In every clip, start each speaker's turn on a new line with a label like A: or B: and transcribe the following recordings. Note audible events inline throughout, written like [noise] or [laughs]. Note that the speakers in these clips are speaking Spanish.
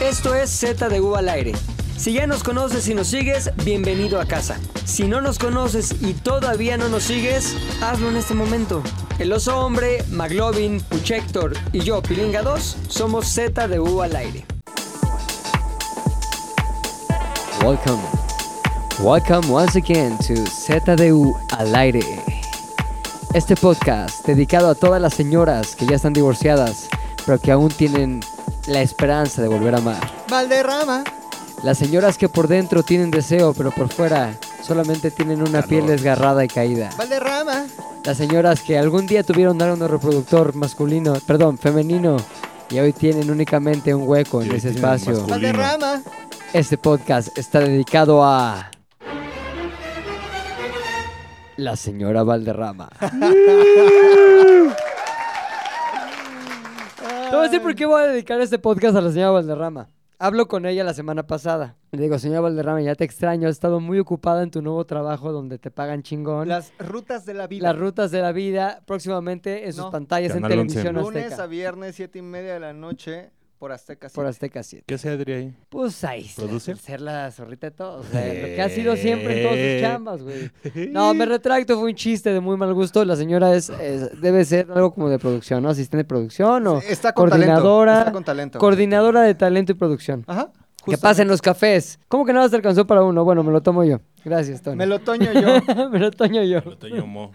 A: Esto es Z de U al aire. Si ya nos conoces y nos sigues, bienvenido a casa. Si no nos conoces y todavía no nos sigues, hazlo en este momento. El oso hombre, Maglovin, Puchector y yo, Pilinga 2, somos Z de U al aire. Welcome. Welcome once again to ZDU al aire. Este podcast dedicado a todas las señoras que ya están divorciadas, pero que aún tienen la esperanza de volver a amar.
B: Valderrama.
A: Las señoras que por dentro tienen deseo, pero por fuera solamente tienen una piel desgarrada y caída.
B: Valderrama.
A: Las señoras que algún día tuvieron órgano reproductor masculino, perdón, femenino, y hoy tienen únicamente un hueco en
C: Y hoy
A: ese
C: tienen
A: espacio.
C: masculino.
B: Valderrama.
A: Este podcast está dedicado a... La señora Valderrama. Te voy a decir por qué voy a dedicar este podcast a la señora Valderrama. Hablo con ella la semana pasada. Le digo, señora Valderrama, ya te extraño. He estado muy ocupada en tu nuevo trabajo donde te pagan chingón.
B: Las rutas de la vida.
A: Las rutas de la vida próximamente en sus
B: No.
A: pantallas en
C: Canal
A: televisión
B: Lunes a
A: azteca.
B: viernes, siete y media de la noche, por Azteca.
A: Por
B: siete.
A: Azteca 7.
C: ¿Qué hace Adri ahí?
A: Pues ahí se-
C: ¿Produce?
A: ser la zorrita de todos. o sea, lo que ha sido siempre en todas sus
C: Eh.
A: chambas, güey.
C: [laughs]
A: No, me retracto, fue un chiste de muy mal gusto. La señora es, es- debe ser algo como de producción, ¿no? Asistente de producción o
B: Está con
A: Coordinadora,
B: talento. Está con talento. Ah,
A: coordinadora de talento y producción.
B: Ajá.
A: Que pasen los cafés. ¿Cómo que nada más te alcanzó para uno? Bueno, me lo tomo yo. Gracias, Tony.
B: Me lo toño
A: [laughs]
B: yo. [laughs]
A: Me lo toño yo.
C: Lo te llamó.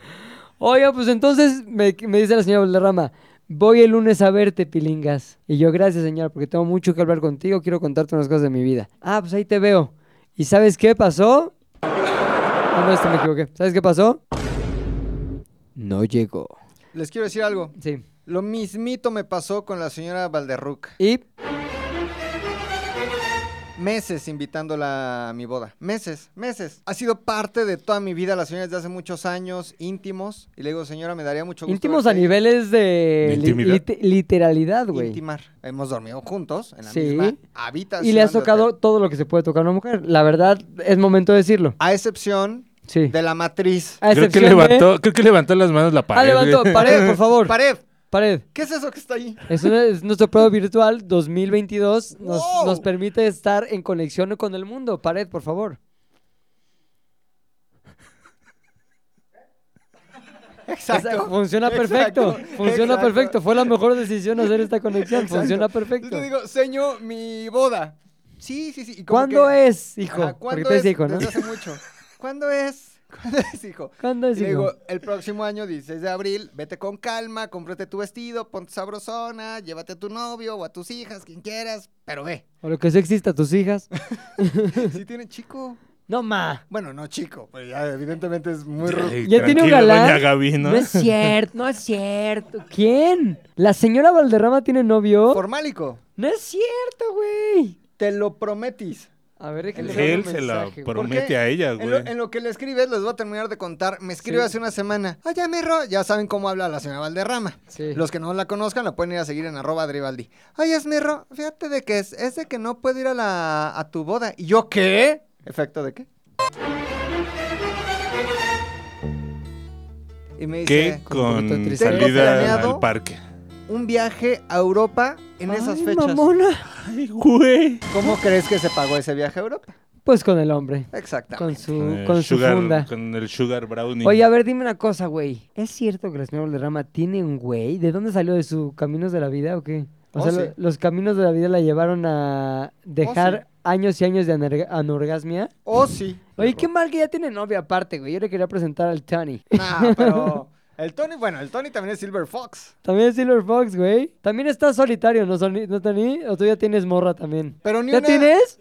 A: Oiga, pues entonces me, me dice la señora Valderrama, voy el lunes a verte, pilingas. Y yo, gracias señora, porque tengo mucho que hablar contigo, quiero contarte unas cosas de mi vida. Ah, pues ahí te veo. ¿Y sabes qué pasó? Ah, no, este me equivoqué. ¿Sabes qué pasó? No llegó.
B: Les quiero decir algo.
A: Sí.
B: Lo mismito me pasó con la señora Valderruc.
A: Y
B: Meses invitándola a mi boda. Meses, meses. Ha sido parte de toda mi vida la señora desde hace muchos años, íntimos. Y le digo, señora, me daría mucho gusto.
A: íntimos a
B: verte".
A: niveles de
C: ¿De
A: li-
C: intimidad?
A: lit- literalidad, güey.
B: Intimar. Hemos dormido juntos en la
A: Sí.
B: misma habitación.
A: Y le has
B: de
A: tocado
B: hotel.
A: todo lo que se puede tocar a una mujer. La verdad, es momento de decirlo.
B: A excepción
A: Sí. Ah,
B: de la matriz.
A: A
C: Creo que,
A: excepción de-
C: levantó, creo que levantó las manos la pared.
A: Ah, levantó.
C: güey.
A: Pared, por
C: [laughs]
A: favor.
B: Pared,
A: Pared.
B: ¿qué es eso que
A: [laughs]
B: está ahí?
A: Es, una- es nuestro prueba virtual 2022. Nos,
B: Wow.
A: nos permite estar en conexión con el mundo. Pared, por favor. Esa- Funciona perfecto.
B: Exacto.
A: Funciona
B: Exacto.
A: perfecto. Fue la mejor decisión hacer esta conexión.
B: Exacto.
A: Funciona
B: Yo
A: perfecto.
B: te digo, seño, mi boda. Sí, sí, sí. y como
A: ¿Cuándo
B: que-
A: es, hijo?
B: Ajá,
A: Porque
B: ¿Cuándo
A: tú
B: es?
A: eres hijo, ¿no?
B: Desde hace mucho. ¿Cuándo es? [laughs] ¿Cuándo es, hijo?
A: ¿Cuándo es,
B: Y le digo,
A: hijo?
B: el próximo año, 16 de abril, vete con calma, cómprate tu vestido, ponte sabrosona, llévate a tu novio o a tus hijas, quien quieras,
A: [laughs]
B: pero ve.
A: O lo que sí exista, tus hijas.
B: Si tiene chico.
A: No, ma.
B: Bueno, no chico, pero ya evidentemente es muy
C: Ay,
B: rudo.
A: Ya tiene un
C: tranquila,
A: galán.
C: doña Gaby, ¿no?
A: No es cierto, no es cierto. ¿Quién? ¿La señora Valderrama tiene novio?
B: Formálico,
A: No es cierto, güey.
B: te lo prometís.
A: A ver, déjenle
B: Él
A: mandar
C: Él
A: un
C: se la
A: mensaje, güey.
B: por-
C: promete
B: qué?
C: a ella,
B: En lo,
C: Ah, güey.
B: en lo que le escribes, les voy a terminar de contar. Me escribe
A: Sí.
B: hace una semana. Oye, Mirro, ya saben cómo habla la señora Valderrama.
A: Sí.
B: Los que no la conozcan la pueden ir a seguir en arroba Adribaldi. Oye, Mirro, fíjate de que es, es de que no puedo ir a, la, a tu boda. ¿Y yo qué? ¿Efecto de qué? Y me dice,
C: Que
A: Con un
C: con,
A: poquito de tristeza.
B: Tengo
C: salida
B: planeado-
C: al parque.
B: un viaje a Europa en esas
A: Ay,
B: fechas.
A: mamona.
C: Ay, güey.
B: ¿Cómo crees que se pagó ese viaje a Europa?
A: Pues con el hombre.
B: Exactamente.
A: Con su,
C: el
A: con su
C: Ah, Eh, sugar-
A: funda.
C: Con el sugar brownie.
A: Oye, a ver, dime una cosa, güey. ¿Es cierto que la señora Valderrama tiene un güey? ¿De dónde salió? ¿De sus caminos de la vida o qué? O
B: Oh,
A: sea,
B: sí.
A: lo- los caminos de la vida la llevaron a
C: Oh,
A: dejar años y años de aner- anorgasmia.
B: Oh, sí.
A: Oye, qué mal que ya tiene novia aparte, güey. Yo le quería presentar al Tony.
B: Nah, pero el Tony, bueno, el Tony también es Silver Fox.
A: También es Silver Fox, güey. También está solitario, ¿no, Sony- ¿no Tony? ¿O tú ya tienes morra también?
B: Pero ni
A: ¿Ya
B: una-
A: tienes?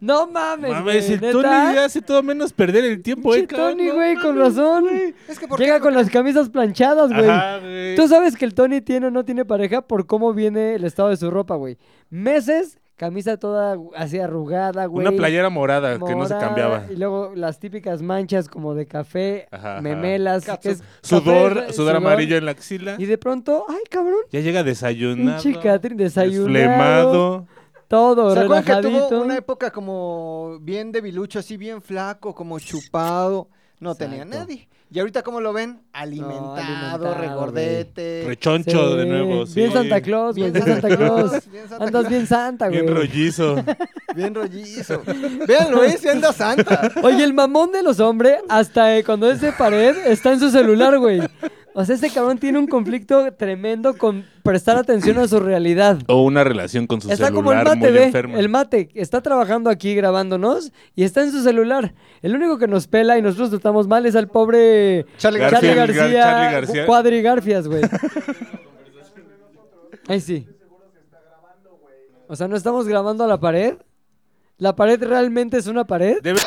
A: No mames,
C: Mames,
A: güey,
C: el
A: ¿neta?
C: Tony ya hace todo menos perder el tiempo,
A: Pinche
C: eh, cabrón,
A: Tony,
C: no
A: güey, con
C: mames.
A: razón.
B: Es que ¿por qué?
A: Llega con las camisas planchadas, güey.
C: Ajá, güey.
A: Tú sabes que el Tony tiene o no tiene pareja por cómo viene el estado de su ropa, güey. Meses, camisa toda así arrugada, güey.
C: Una playera morada, que no se
A: morada,
C: cambiaba.
A: Y luego las típicas manchas como de café,
C: Ajá, ajá.
A: memelas, que es
C: Sudor,
A: café,
C: sudor, amarillo en la axila.
A: Y de pronto, ay, cabrón,
C: Ya llega desayunado.
A: pinche Catherine desayunado.
C: Desflemado.
A: Todo,
B: ¿Se acuerdan que
A: relajadito.
B: tuvo una época como bien debilucho, así bien flaco, como chupado? No tenía
A: Exacto.
B: nadie. Y ahorita, ¿cómo lo ven? Alimentado,
A: alimentado, güey.
B: regordete.
C: Rechoncho de nuevo, sí.
A: Bien Santa Claus, güey, bien Santa Claus.
B: bien Santa
A: Andas bien Santa, güey. [laughs]
C: Bien rollizo.
B: Bien rollizo. Véanlo, ¿eh? Si anda santa.
A: Oye, el mamón de los hombres, hasta eh, cuando es de pared, está en su celular, güey. O sea, este cabrón tiene un conflicto tremendo con prestar atención a su realidad.
C: O una relación con su
A: Está como el
C: celular
A: mate,
C: muy
A: ve.
C: enferma.
A: El mate está trabajando aquí grabándonos y está en su celular. El único que nos pela y nosotros tratamos mal es al pobre Charlie
B: Charlie
C: Garfield, Gar-
A: García,
C: Charlie García.
A: Cuadri Garfias, güey. Ahí sí. O sea, no estamos grabando a la pared. ¿La pared realmente es una pared?
C: Debe-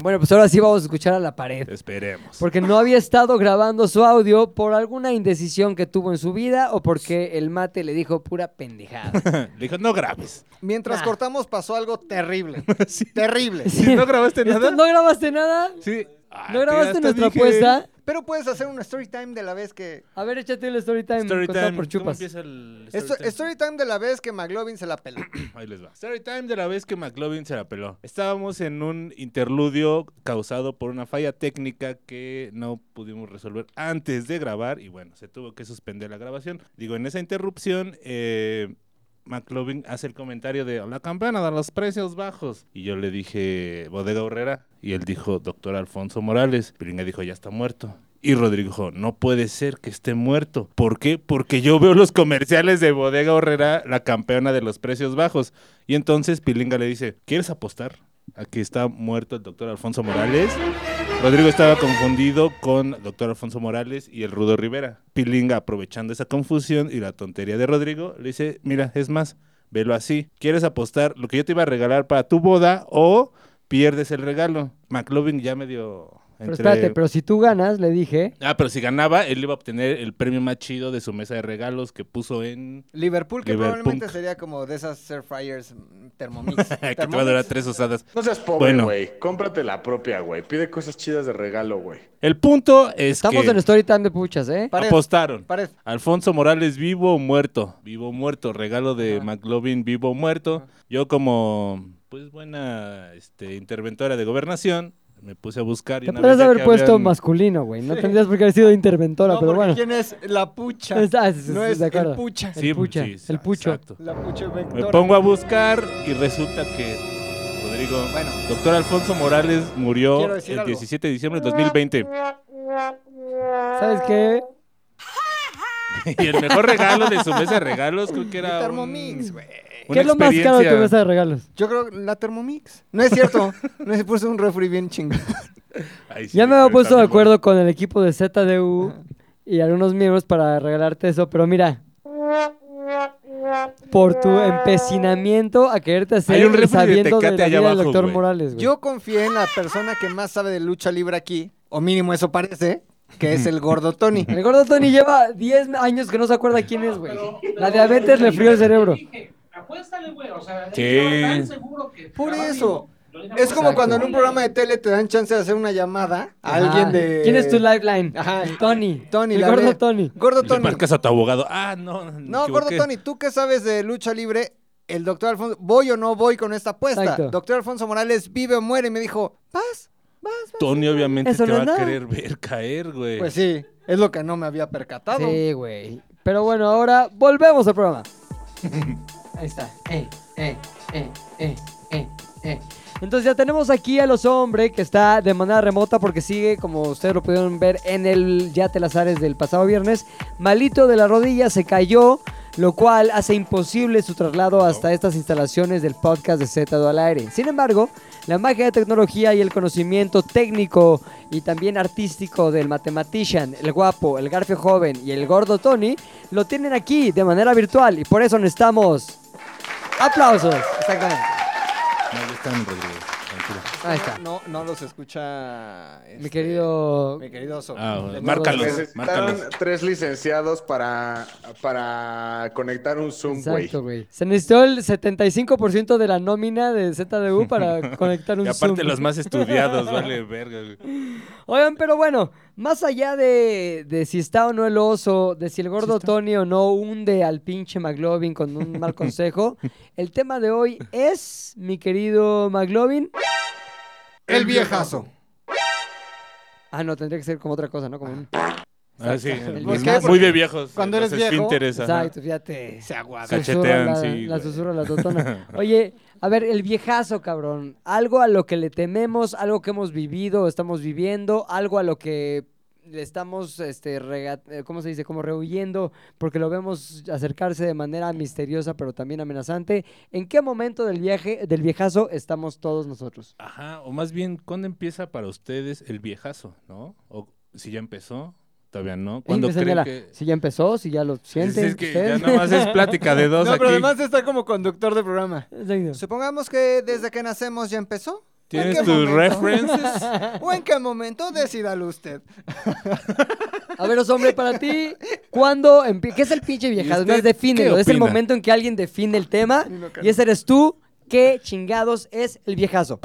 A: Bueno, pues ahora sí vamos a escuchar a la pared.
C: [laughs] Esperemos.
A: Porque no había estado grabando su audio por alguna indecisión que tuvo en su vida o porque el mate le dijo pura
C: [laughs]
A: pendejada.
C: [laughs] Le dijo,
A: [laughs]
C: no grabes.
B: Mientras
A: Nah.
B: cortamos, pasó
A: [laughs]
B: algo terrible.
C: Sí.
B: Terrible.
C: Si no grabaste
A: Entonces,
C: nada.
A: ¿No grabaste nada?
C: Sí. Ah,
A: ¿No
C: te-
A: grabaste
C: hasta
A: nuestra
C: dije-
A: apuesta?
B: Pero puedes hacer un story time de la vez que.
A: A ver, échate el story time,
C: Story
A: contado Em,
C: time.
A: por
C: ¿Cómo
A: chupas.
C: empieza el story
B: Esto-
C: time?
B: story time de la vez que McLovin se la peló.
C: Ahí les va. Story time de la vez que McLovin se la peló. Estábamos en un interludio causado por una falla técnica que no pudimos resolver antes de grabar y bueno, se tuvo que suspender la grabación. Digo, en esa interrupción, eh, McLovin hace el comentario de la campana de los precios bajos. Y yo le dije, Bodega Herrera. Y él dijo, doctor Alfonso Morales. Pilinga dijo, ya está muerto. Y Rodrigo dijo, no puede ser que esté muerto. ¿Por qué? Porque yo veo los comerciales de Bodega Horrera, la campeona de los precios bajos. Y entonces Pilinga le dice, ¿quieres apostar a que está muerto el doctor Alfonso Morales? Rodrigo estaba confundido con doctor Alfonso Morales y el Rudo Rivera. Pilinga, aprovechando esa confusión y la tontería de Rodrigo, le dice, mira, es más, velo así. ¿Quieres apostar lo que yo te iba a regalar para tu boda o pierdes el regalo? McLovin ya medio...
A: Pero
C: entre-
A: espérate, pero si tú ganas, le dije.
C: Ah, pero si ganaba, él iba a obtener el premio más chido de su mesa de regalos que puso en...
B: [clears throat]
C: [laughs]
B: Liverpool, que
C: Liverpool.
B: probablemente sería como de esas air fryers mm, Thermomix.
C: [laughs] que te va a durar
B: Thermomix.
C: tres osadas.
D: No seas pobre,
C: Bueno.
D: güey. Cómprate la propia, güey. Pide cosas chidas de regalo, güey.
C: El punto es
A: Estamos
C: que
A: en story time de puchas, ¿eh?
B: Pared.
C: apostaron.
B: Pared.
C: Alfonso Morales vivo o muerto. Vivo o muerto. Regalo de
A: Ajá.
C: McLovin vivo o muerto. Yo como, pues, buena este, interventora de gobernación, me puse a buscar. y
A: Te
C: una
A: podrías
C: vez ya
A: haber
C: que
A: puesto
C: habían-
A: masculino, güey. No tendrías por qué haber sido interventora,
B: No,
A: pero
B: porque
A: bueno.
B: ¿Quién es la
A: [laughs]
B: pucha?
A: Es- ah, sí, sí,
B: no
A: sí,
B: es
A: de
B: el
A: acuerdo.
B: pucha.
A: El pucha, el pucho.
C: exacto.
B: La pucha
C: Me
B: vectora.
C: pongo a buscar y resulta que Rodrigo...
B: Bueno,
C: Doctor Alfonso Morales
B: Quiero
C: murió el
B: decir algo.
C: 17 de diciembre de 2020.
A: ¿Sabes qué?
C: [laughs] Y el mejor regalo de su mesa de regalos
B: [laughs]
C: creo que era.
B: la
C: un-
B: Thermomix, güey.
C: una
A: ¿Qué es lo más caro de tu
C: experiencia.
A: mesa de regalos?
B: Yo creo la Thermomix. No es cierto. [laughs] no se puso un refri bien chingado.
C: Ay, sí,
A: Ya me había
C: pero
A: puesto de
C: también,
A: acuerdo con el equipo de ZDU y algunos miembros para regalarte eso, pero mira. Por tu empecinamiento a quererte hacer
C: Hay un
A: el
C: refri de
A: sabiendo de
C: Tecate
A: la
C: allá
A: vida del
C: abajo,
A: doctor
C: güey.
A: Morales, güey.
B: Yo confié en la persona que más sabe de lucha libre aquí, o mínimo eso parece, que es el gordo
A: [laughs]
B: Tony.
A: El gordo Tony lleva 10 años que no se acuerda quién es, güey. La diabetes le frío el cerebro.
E: Dije, apuéstale, güey. O sea,
C: Sí.
E: ellos estaban seguros que
B: Por
E: estaban
B: eso.
E: vivos. Lo dije,
B: Es como
E: apuéstale,
B: cuando en un
E: güey.
B: programa de tele te dan chance de hacer una llamada a alguien
A: Ajá.
B: de...
A: ¿Quién es tu lifeline?
B: Ajá.
A: Tony.
B: Tony,
A: El
B: la
A: gordo
B: ve.
A: Tony.
B: Gordo
C: Le
B: Tony.
C: marcas a tu abogado. Ah, no. me
B: No, gordo
C: equivoqué.
B: Tony, ¿tú qué sabes de lucha libre? El doctor Alfonso, ¿voy o no voy con esta apuesta?
A: Exacto.
B: Doctor Alfonso Morales vive o muere y me dijo, ¿vas? ¿Vas? vas".
C: Tony obviamente
A: Eso
C: te
A: no
C: va
A: es
C: a
A: nada.
C: querer ver caer, güey.
B: Pues sí, es lo que no me había percatado.
A: Sí, güey. Pero bueno, ahora volvemos al
B: [laughs]
A: programa. Ahí está. Eh, eh, eh, eh, eh, eh. Entonces ya tenemos aquí a los hombres que está de manera remota porque sigue, como ustedes lo pudieron ver en el Yate Lazares del pasado viernes, malito de la rodilla, se cayó, lo cual hace imposible su traslado hasta estas instalaciones del podcast de Z2 al aire. Sin embargo, la magia de tecnología y el conocimiento técnico y también artístico del matematician, el guapo, el garfio joven y el gordo Tony lo tienen aquí de manera virtual y por eso necesitamos aplausos. Exactamente.
C: No, ya están, Rodrigo. Tranquilo.
A: Ahí está.
B: No, no los escucha...
A: Mi
B: este,
A: querido...
B: Mi querido oso.
C: Ah, bueno.
B: De
C: Márcalos,
A: Márcalos.
D: Necesitaron
C: márcalos.
D: tres licenciados para, para conectar un Zoom, güey.
A: Exacto, güey. Se necesitó el 75% de la nómina de ZDU para conectar un
C: Y aparte
A: Zoom.
C: los más estudiados, vale, verga. güey.
A: Oigan, pero bueno, más allá de, de si está o no el oso, de si el gordo Tony o no hunde al pinche McLovin con un mal consejo, el tema de hoy es, mi querido McLovin,
B: El viejazo.
A: Ah, no, tendría que ser como otra cosa, ¿no? Como un...
C: Ah, sí.
A: Exacto.
C: Muy-
B: ¿Por qué?
C: Muy
B: Porque
C: de viejos.
B: cuando
C: los
B: eres viejo,
C: esfínteres, ajá.
A: Exacto, fíjate.
B: Se aguada.
A: Susurra
C: Cachetean,
A: la,
C: sí,
A: la
C: güey.
A: susurra, la totona. [laughs] Oye, a ver, el viejazo, cabrón. Algo a lo que le tememos, algo que hemos vivido, o estamos viviendo, algo a lo que le estamos, este, rega- eh, ¿cómo se dice? Como rehuyendo, porque lo vemos acercarse de manera misteriosa, pero también amenazante. ¿En qué momento del viaje, del viejazo, estamos todos nosotros?
C: Ajá, o más bien, ¿cuándo empieza para ustedes el viejazo, no? O si ya empezó, todavía no.
A: Ahí
C: ¿Cuándo
A: empieza
C: creen
A: ya la-
C: que...?
A: Si ya empezó, si ya lo
C: Pues
A: sienten.
C: es que ya
A: ustedes.
C: nada más es plática de dos
B: No,
C: aquí.
B: pero además está como conductor de programa.
A: [laughs] Exacto.
B: Supongamos que desde que nacemos ya empezó. ¿En
C: ¿Tienes
B: qué
C: tus
B: momento?
C: references?
B: [laughs] ¿O en qué momento? Decídalo usted.
A: A ver, hombre, para ti, ¿cuándo empie- ¿Qué es el pinche viejazo?
C: usted
A: No, defínelo.
C: qué
A: Es el
C: opina?
A: momento en que alguien define el tema y ese eres tú. ¿Qué chingados es el viejazo?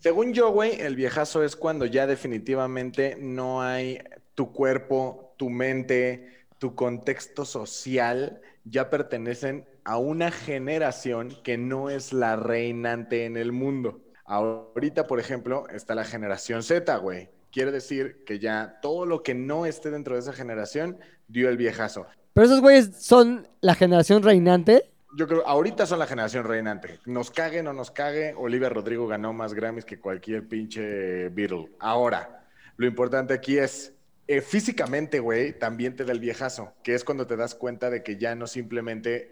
D: Según yo, güey, el viejazo es cuando ya definitivamente no hay tu cuerpo, tu mente, tu contexto social, ya pertenecen a una generación que no es la reinante en el mundo. Ahorita, por ejemplo, está la generación Z, güey. Quiere decir que ya todo lo que no esté dentro de esa generación dio el viejazo.
A: Pero esos güeyes son la generación reinante.
D: Yo creo, ahorita son la generación reinante. Nos cague, no nos cague, Olivia Rodrigo ganó más Grammys que cualquier pinche Beatle. Ahora, lo importante aquí es, eh, físicamente, güey, también te da el viejazo, que es cuando te das cuenta de que ya no simplemente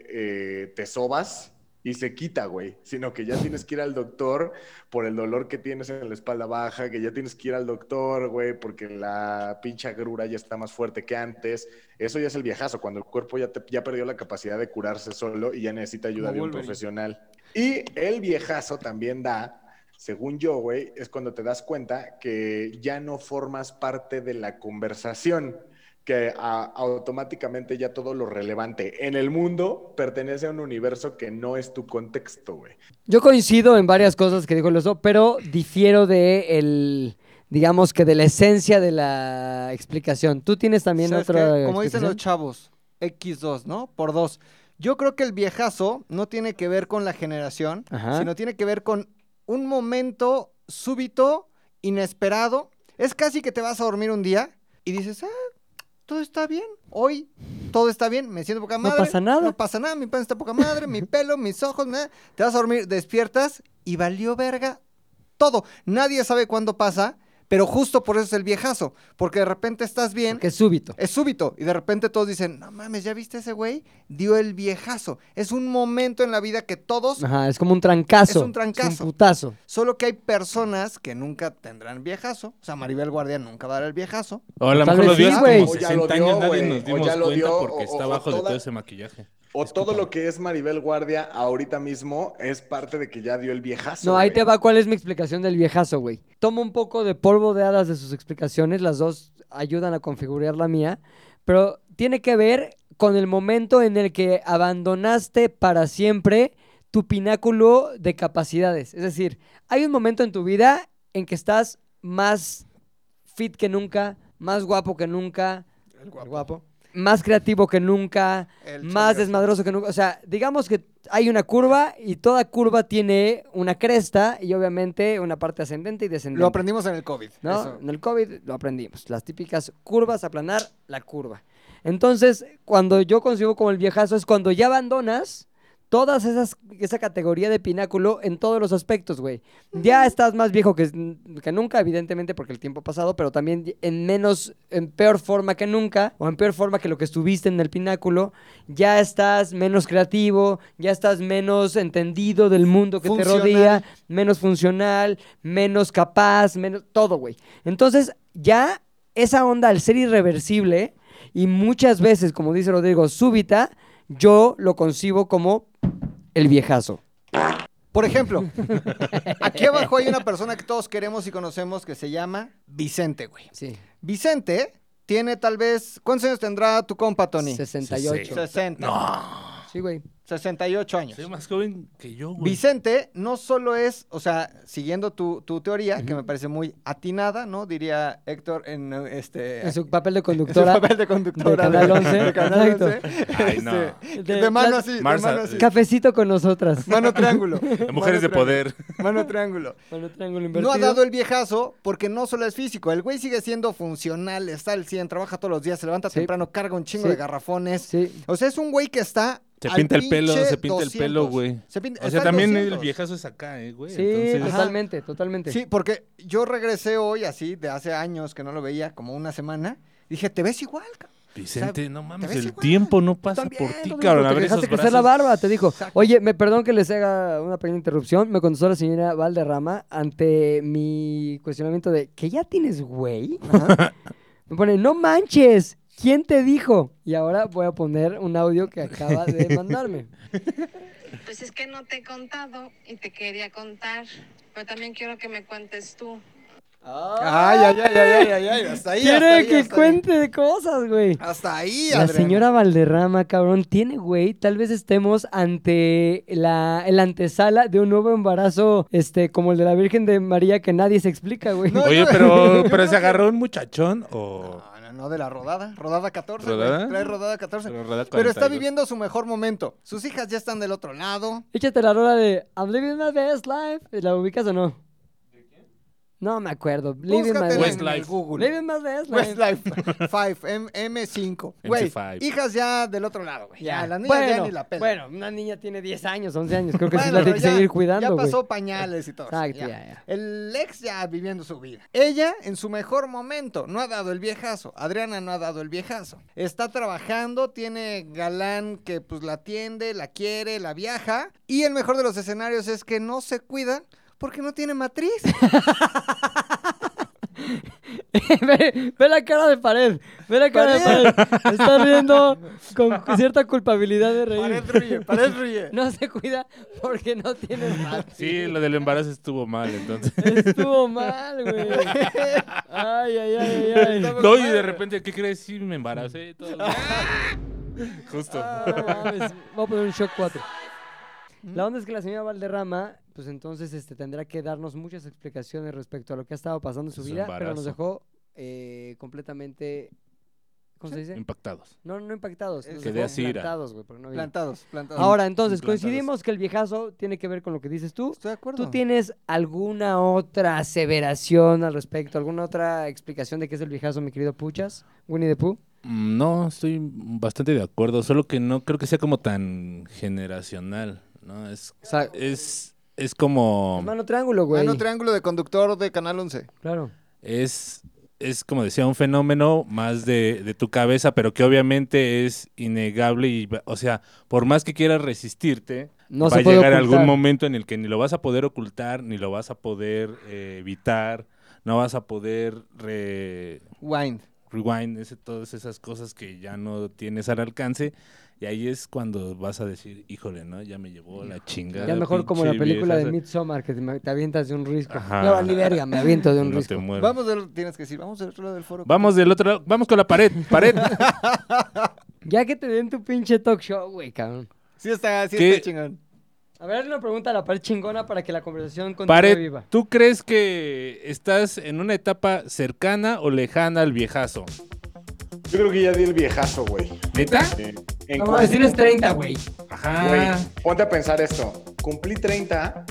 D: eh, te sobas y se quita, güey, sino que ya tienes que ir al doctor por el dolor que tienes en la espalda baja, que ya tienes que ir al doctor, güey, porque la pinche agrura ya está más fuerte que antes. Eso ya es el viejazo, cuando el cuerpo ya, te- ya perdió la capacidad de curarse solo y ya necesita ayuda de un profesional. Y el viejazo también da, según yo, güey, es cuando te das cuenta que ya no formas parte de la conversación, que a- automáticamente ya todo lo relevante en el mundo pertenece a un universo que no es tu contexto, güey.
A: Yo coincido en varias cosas que dijo el oso, pero difiero de el, digamos que de la esencia de la explicación. Tú tienes también
B: ¿Sabes
A: otra.
B: qué? Como dicen los
A: explicación?
B: chavos, X2, ¿no? Por dos. Yo creo que el viejazo no tiene que ver con la generación,
A: Ajá.
B: sino tiene que ver con un momento súbito, inesperado. Es casi que te vas a dormir un día y dices, ah, todo está bien. Hoy todo está bien, me siento poca
A: No
B: madre.
A: pasa nada.
B: No pasa nada, mi pan está poca madre, mi pelo, mis ojos, nada. Te vas a dormir, despiertas y valió verga todo. Nadie sabe cuándo pasa, pero justo por eso es el viejazo. Porque de repente estás bien,
A: Porque es súbito.
B: es súbito. Y de repente todos dicen, no mames, ¿ya viste ese güey? Dio el viejazo. Es un momento en la vida que todos,
A: Ajá, es como un trancazo.
B: Es un trancazo.
A: putazo.
B: solo que hay personas que nunca tendrán viejazo. O sea, Maribel Guardia nunca dará el viejazo.
C: O a lo
A: Tal vez
C: mejor lo dio
A: sí,
C: hace
A: güey.
C: como
D: O ya
C: 60
D: lo dio,
C: años, nadie
D: güey.
C: nos
D: O
C: dimos
D: ya lo
C: cuenta
D: dio,
C: porque
D: o-
C: está
D: o- o
C: abajo de
D: toda-
C: todo ese maquillaje.
D: O todo lo que es Maribel Guardia ahorita mismo es parte de que ya dio el viejazo.
A: No, ahí
D: güey.
A: te va cuál es mi explicación del viejazo, güey. Tomo un poco de polvo de hadas de sus explicaciones, las dos ayudan a configurar la mía, pero tiene que ver con el momento en el que abandonaste para siempre tu pináculo de capacidades. Es decir, hay un momento en tu vida en que estás más fit que nunca, más guapo que nunca,
B: El
A: más creativo que nunca,
B: El
A: más
B: chambeador.
A: desmadroso que nunca. O sea, digamos que hay una curva y toda curva tiene una cresta y obviamente una parte ascendente y descendente.
B: Lo aprendimos en el COVID.
A: ¿no?
B: eso.
A: En el COVID lo aprendimos. Las típicas curvas, aplanar la curva. Entonces, cuando yo concibo como el viejazo es cuando ya abandonas todas esas esa categoría de pináculo en todos los aspectos, güey. Ya estás más viejo que, que nunca, evidentemente, porque el tiempo ha pasado, pero también en menos, en peor forma que nunca, o en peor forma que lo que estuviste en el pináculo. Ya estás menos creativo, ya estás menos entendido del mundo que
B: Funcional.
A: te rodea, menos funcional, menos capaz, menos todo, güey. Entonces, ya esa onda al ser irreversible y muchas veces, como dice Rodrigo, súbita, yo lo concibo como el viejazo.
B: Por
A: [laughs]
B: ejemplo, aquí abajo hay una persona que todos queremos y conocemos que se llama Vicente, güey.
A: Sí.
B: Vicente tiene tal vez. ¿Cuántos años tendrá tu compa, Tony?
A: 68.
B: 60.
A: Sí, güey.
B: 68 años.
C: Soy más joven que yo, güey.
B: Vicente no solo es, o sea, siguiendo tu, tu teoría, que me parece muy atinada, ¿no? Diría Héctor en eh, este...
A: En su
B: en
A: papel de
B: su
A: conductora.
B: papel de conductora
A: de Canal 11,
B: de Canal
A: exacto.
B: 11,
C: Ay, no.
B: este,
A: De- eh,
B: de mano
A: la-
B: así, de
C: Marza,
B: mano así.
A: [laughs] Cafecito con nosotras.
B: Mano triángulo. Mano
C: Mujeres de
B: triángulo,
C: poder.
B: [laughs] Mano triángulo.
A: Bueno, triángulo
B: No
A: invertido.
B: ha dado el viejazo porque no solo es físico, el güey sigue siendo funcional, está al 100, trabaja todos los días, se levanta
A: Sí.
B: temprano, carga un chingo
A: Sí.
B: de garrafones.
A: Sí.
B: O sea, es un güey que está
C: Se
B: al
C: pinta el pelo,
B: pinche
C: se pinta el pelo,
B: 200.
C: güey.
B: Se pinta-
C: O
B: está
C: sea,
B: al
C: también
B: 200.
C: el viejazo es acá, eh, güey.
A: Sí,
C: Entonces,
B: Ajá.
A: totalmente, totalmente.
B: Sí, porque yo regresé hoy así, de hace años que no lo veía, como una semana. Dije, te ves igual, cabrón.
C: Vicente, no
B: te
C: mames,
B: ves
C: el
B: igual.
C: tiempo no pasa
B: También,
C: por ti,
B: no,
C: cabrón.
B: no,
C: A
B: te
C: ver
A: Dejaste
C: esos
A: crecer la
C: brazos.
A: barba, te dijo.
B: Exacto.
A: Oye, me perdón que les haga una pequeña interrupción. Me contestó la señora Valderrama ante mi cuestionamiento de que ya tienes güey. Me pone, no manches, ¿quién te dijo? Y ahora voy a poner un audio que acaba de
B: [laughs]
A: mandarme.
F: Pues es que no te he contado y te quería contar, pero también quiero que me cuentes tú.
B: Ay, ay, ay, ay, ay, ay, ay, hasta ahí. hasta
A: Quiere
B: ahí,
A: que
B: hasta ahí.
A: cuente cosas, güey.
B: Hasta ahí,
A: La
B: Adriana.
A: señora Valderrama, cabrón, tiene güey. Tal vez estemos ante la el antesala de un nuevo embarazo, este, como el de la Virgen de María que nadie se explica, güey.
B: No,
C: Oye,
B: yo- [laughs]
C: pero,
B: yo
C: pero
B: creo
C: se
B: que-
C: agarró un muchachón o.
B: No, no, no, de la rodada. Rodada 14. güey.
C: ¿Rodada?
B: Trae rodada 14.
C: Pero rodada
B: Pero está
C: 42.
B: viviendo su mejor momento. Sus hijas ya están del otro lado.
A: [laughs] Échate la rola de I'm living my best life. ¿La ubicas o no? ¿De quién? No me acuerdo. Living my
B: Búscatela
A: best
B: en el
C: Westlife.
B: Google.
A: Living my best life.
B: Westlife [laughs] 5, M M5. Güey,
C: MC5.
B: hijas ya del otro lado, güey. Ya, las niñas
A: bueno,
B: ya ni la pelan.
A: Bueno, una niña tiene 10 años, 11 años. Creo que sí
B: Bueno,
A: la tiene
B: pero
A: que
B: ya-
A: seguir cuidando,
B: Ya
A: güey.
B: pasó pues, pañales y todo. eso,
A: Exacto, ya, ya.
B: El ex ya viviendo su vida. Ella en su mejor momento. No ha dado el viejazo. Adriana no ha dado el viejazo. Está trabajando, tiene galán que pues la atiende, la quiere, la viaja. Y el mejor de los escenarios es que no se cuida porque no tiene matriz.
A: [laughs] ve, ve la cara de pared. Ve la cara de
B: Pared.
A: pared. Está riendo con cierta culpabilidad de reír.
B: [laughs] Pared ríe, pared ríe.
A: No se cuida porque no tiene matriz.
C: Sí, lo del embarazo estuvo mal,
B: [laughs]
C: entonces.
A: Estuvo mal, güey. Ay, ay, ay, ay. ay.
C: [laughs] No, y de repente, ¿qué crees? Sí, me
B: [laughs]
C: embaracé. Todo. Justo.
B: Ah.
A: Voy a poner un shock 4. La onda es que la señora Valderrama, pues entonces este, tendrá que darnos muchas explicaciones respecto a lo que ha estado pasando en su
C: Su
A: vida, pero nos
C: embarazo.
A: dejó eh, completamente. ¿Cómo se
C: Em-
A: dice?
C: Impactados.
A: No, no impactados. nos
B: Quedé
A: dejó
C: así, ira.
A: plantados, güey, porque no había-
B: Plantados, plantados.
A: Ahora, entonces,
C: Implantados.
A: coincidimos que el viejazo tiene que ver con lo que dices tú.
B: estoy de acuerdo.
A: ¿Tú tienes alguna otra aseveración al respecto? ¿Alguna otra explicación de qué es el viejazo, mi querido Puchas? Winnie the Pooh.
C: Mm, No, estoy bastante de acuerdo, solo que no creo que sea como tan generacional, ¿no? Es,
A: O sea,
C: es, es como...
A: mano Ah, triángulo, güey.
B: Mano triángulo de conductor de Canal 11.
A: Claro.
C: es, es como decía, un fenómeno más de, de tu cabeza, pero que obviamente es innegable y, va- o sea, por más que quieras resistirte,
A: No
C: va
A: se
C: a
A: puede
C: llegar algún
A: ocultar.
C: momento en el que ni lo vas a poder ocultar, ni lo vas a poder eh, evitar, no vas a poder re-
B: Wind.
C: rewind, ese, todas esas cosas que ya no tienes al alcance. Y ahí es cuando vas a decir, híjole, ¿no? Ya me llevó la chingada.
A: Ya mejor como la
C: pinche
A: película de
C: vieja".
A: Midsommar, que te, ma- te avientas de un risco.
C: Ajá.
A: No, ni verga, me aviento de un
C: No te
A: risco.
C: mueras.
B: Vamos del, tienes que decir, vamos del otro lado del foro.
C: Vamos del otro lado, vamos con la pared, pared.
A: Ya que te den tu pinche talk show, güey, cabrón.
B: Sí está, sí
C: ¿Qué?
B: está chingón.
A: A ver, una pregunta a la pared chingona para que la conversación continúe
C: Pared,
A: viva.
C: ¿tú crees que estás en una etapa cercana o lejana al viejazo?
D: Yo creo que ya di el viejazo, güey.
C: ¿Neta?
D: Eh, en
A: No,
D: cuanto-
A: mames, tienes 30, güey.
D: Güey,
A: Ah.
C: Ajá.
D: ponte a pensar esto. Cumplí 30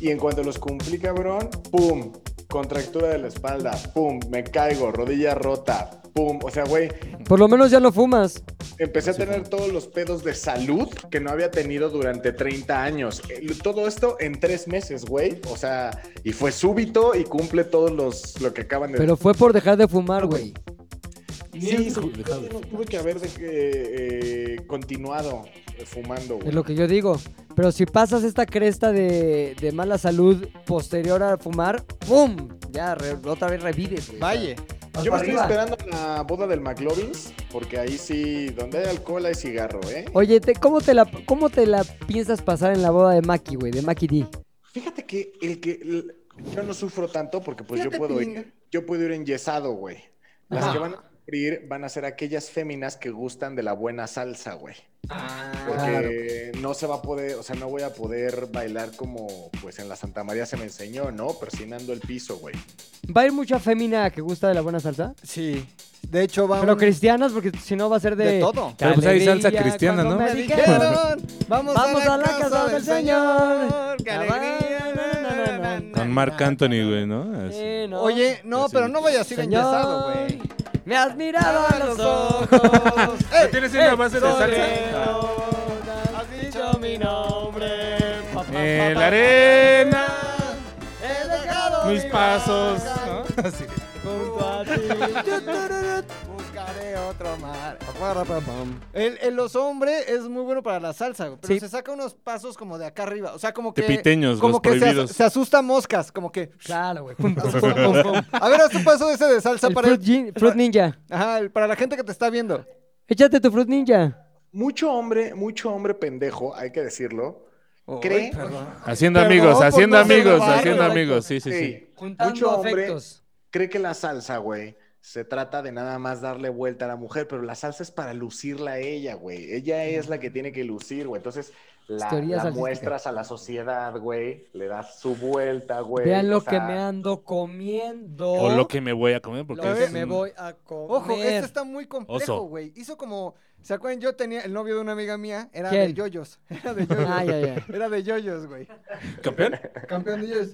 D: y en cuanto los cumplí, cabrón, pum, contractura de la espalda, pum, me caigo, rodilla rota, pum. O sea, güey,
A: Por lo menos ya no fumas.
D: empecé a tener todos los pedos de salud que no había tenido durante 30 años. Eh, Todo esto en tres meses, güey. O sea, y fue súbito y cumple todos los, lo que acaban de
A: Pero fue por dejar de fumar, güey.
D: Sí, sí, yo no tuve que haber de que, eh, continuado eh, fumando, güey.
A: Es lo que yo digo. Pero si pasas esta cresta de, de mala salud posterior a fumar, ¡pum! Ya, re- otra vez revives, güey.
B: Valle.
A: Vas
D: Yo me
A: para
D: estoy
A: arriba.
D: esperando la boda del McLovin's, porque ahí sí, donde hay alcohol hay cigarro, ¿eh?
A: Oye, te- ¿cómo, te la, ¿cómo te la piensas pasar en la boda de Maki, güey? De Maki D.
D: Fíjate que el que el- yo no sufro tanto porque pues yo
B: Fíjate,
D: puedo
B: Pilinga.
D: ir, yo puedo ir enyesado, güey. Las
A: Ajá.
D: que van a sufrir van a ser aquellas féminas que gustan de la buena salsa, güey.
B: Ah,
D: Porque no se va a poder, o sea, no voy a poder bailar como pues en la Santa María se me enseñó, ¿no? Persinando el piso, güey.
A: ¿Va a ir mucha fémina que gusta de la buena salsa?
B: sí. De hecho, vamos.
A: Pero cristianas, porque si no va a ser de.
B: De todo.
A: Qué
C: Pero pues hay
A: alegría
C: salsa cristiana,
A: cuando
C: ¿no?
A: me
B: Me
A: dijeron.
B: dijeron, vamos,
A: Vamos
B: a la, casa, del Señor. ¡Qué alegría!
A: Na, na, na, na, na.
C: Con Marc Anthony, güey, ¿no? Así.
A: Sí, ¿no?
B: Oye, no,
C: Así.
B: pero no voy a decir enyesado,
A: señor,
B: güey.
A: me has mirado a los ojos.
B: ¡Ey!
C: ¿Tienes una base de salsa?
A: Solero, has dicho mi nombre. Pa, pa, pa,
C: En
A: pa,
C: la
A: pa.
C: arena,
A: He dejado
C: mis
A: mi
C: pasos.
A: barca
C: ¿no? [laughs] Así.
A: junto a ti.
B: Buscaré otro mar. El, el los hombres es muy bueno para la salsa, güey, pero
A: Sí.
B: se saca unos pasos como de acá arriba. O sea, como que.
C: Tepiteños,
B: como
C: los
B: que se as-
C: prohibidos.
B: Se, asusta moscas, como
C: [laughs]
B: que.
A: Claro, güey. Pum, pum,
B: [laughs] Así,
A: pum, pum, pum.
B: A ver, haz un paso ese de salsa
A: El
B: para,
A: Fruit, Gin- Fruit Ninja.
B: ajá, el- para la gente que te está viendo.
A: Échate tu Fruit Ninja.
D: Mucho hombre, mucho hombre pendejo, hay que decirlo.
B: Ay,
D: ¿Cree?
B: perdón.
C: Haciendo
B: Perdón
C: amigos,
B: por
C: haciendo
B: no ser
C: amigos,
B: barrio,
C: haciendo
B: güey.
C: amigos. Sí, sí, sí.
D: Ey, mucho hombre
A: afectos.
D: cree que la salsa, güey, se trata de nada más darle vuelta a la mujer, pero la salsa es para lucirla a ella, güey. Ella es la que tiene que lucir, güey. Entonces, la,
A: Teoría
D: la
A: salsística.
D: muestras a la sociedad, güey. Le das su vuelta, güey.
A: Vean lo
D: pues, o sea,
A: que me ando comiendo.
C: O
A: [laughs]
C: lo que me voy a comer,
A: Lo
C: porque
A: que
C: es
A: me
C: un-
A: voy a comer.
B: Ojo, este está muy complejo,
C: Oso.
B: güey. Hizo como. ¿Se acuerdan? Yo tenía. El novio de una amiga mía era de
A: ¿Quién? Ah,
B: yoyos. [laughs] Era de yoyos.
A: Ay, ay,
D: [laughs]
A: ay.
B: Era de yoyos, güey.
A: [laughs]
C: campeón.
B: Campeón de yoyos.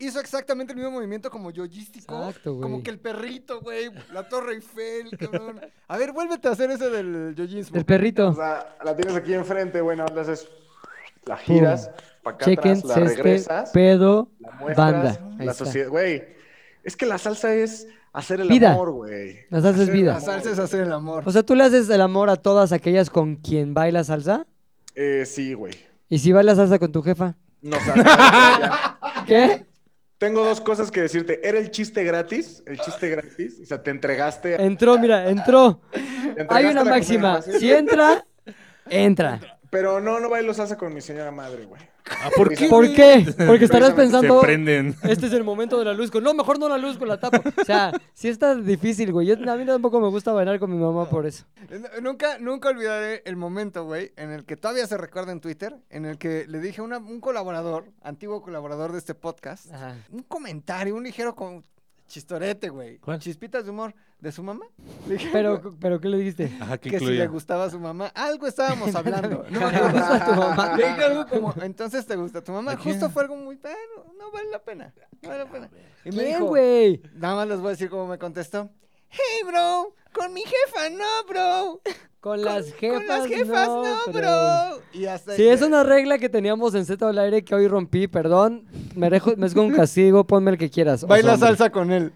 B: Hizo exactamente el mismo movimiento como yoyístico.
A: Exacto, güey.
B: Como que el perrito, güey. La Torre Eiffel, cabrón. A ver, vuélvete a hacer ese del yoyismo.
A: El perrito.
D: O sea, la tienes aquí enfrente, güey. Nada más le haces. La giras, para acá
A: Chequen
D: atrás, la
A: este
D: regresas.
A: pedo
D: la muestras,
A: banda. Ahí
D: La
A: está.
D: sociedad, güey. Es que la salsa es hacer el
A: Vida.
D: amor, güey.
A: La salsa es
D: Hacer
A: vida.
B: La salsa es hacer el amor.
A: O sea, tú le haces el amor a todas aquellas con quien baila salsa.
D: Eh, sí, güey.
A: Y si baila salsa con tu jefa.
D: No sabes.
A: [laughs]
D: ya.
A: ¿Qué?
D: Tengo dos cosas que decirte. Era el chiste gratis, el chiste gratis. O sea, te entregaste. te
A: Entró, mira, entró.
D: entregaste
A: Hay
D: a la
A: una
D: comida
A: máxima.
D: fácil.
A: Si entra, entra.
D: Pero no, no bailo salsa con mi señora madre, güey.
C: Ah, ¿Por qué?
A: ¿Por qué? Porque estarás
C: Se
D: Precisamente
A: pensando. [laughs]
C: prenden.
A: Este es el momento de la luz con. No, mejor no la luz con la tapa. O sea, sí está difícil, güey. Yo, a mí tampoco me gusta bailar con mi mamá por eso.
B: N- Eh, Nunca, nunca olvidaré el momento, güey, en el que todavía se recuerda en Twitter, en el que le dije a una- un colaborador, antiguo colaborador de este podcast,
A: Ajá.
B: un comentario, un ligero con chistorete, güey.
C: ¿Cuál?
B: Chispitas de humor de su mamá. [laughs] Le dije güey,
A: Pero, pero ¿qué le
B: [laughs]
A: dijiste?
C: Ajá, ¿qué
B: que si le
C: incluía?
B: gustaba a su mamá. Algo estábamos
A: [laughs]
B: hablando. No me
A: ¿Te gusta tu mamá?
B: acuerdo. Le dije algo como, entonces te gusta tu mamá.
C: ¿A quién?
B: Justo fue algo muy, bueno, no vale la pena. No vale la pena. Y me
A: Ah, ¿Quién,
B: dijo,
A: güey?
B: nada más les voy a decir cómo me contestó. Hey, bro, con mi jefa, no, bro.
A: Con
B: Con-
A: las jefas.
B: Con las jefas, no, bro. Y hasta
A: Sí, es una regla que teníamos en Z al aire que hoy rompí, perdón. Me dejo, me es un castigo, ponme el que quieras.
B: Baila
A: oso, hombre.
B: salsa
A: [laughs]
B: con él.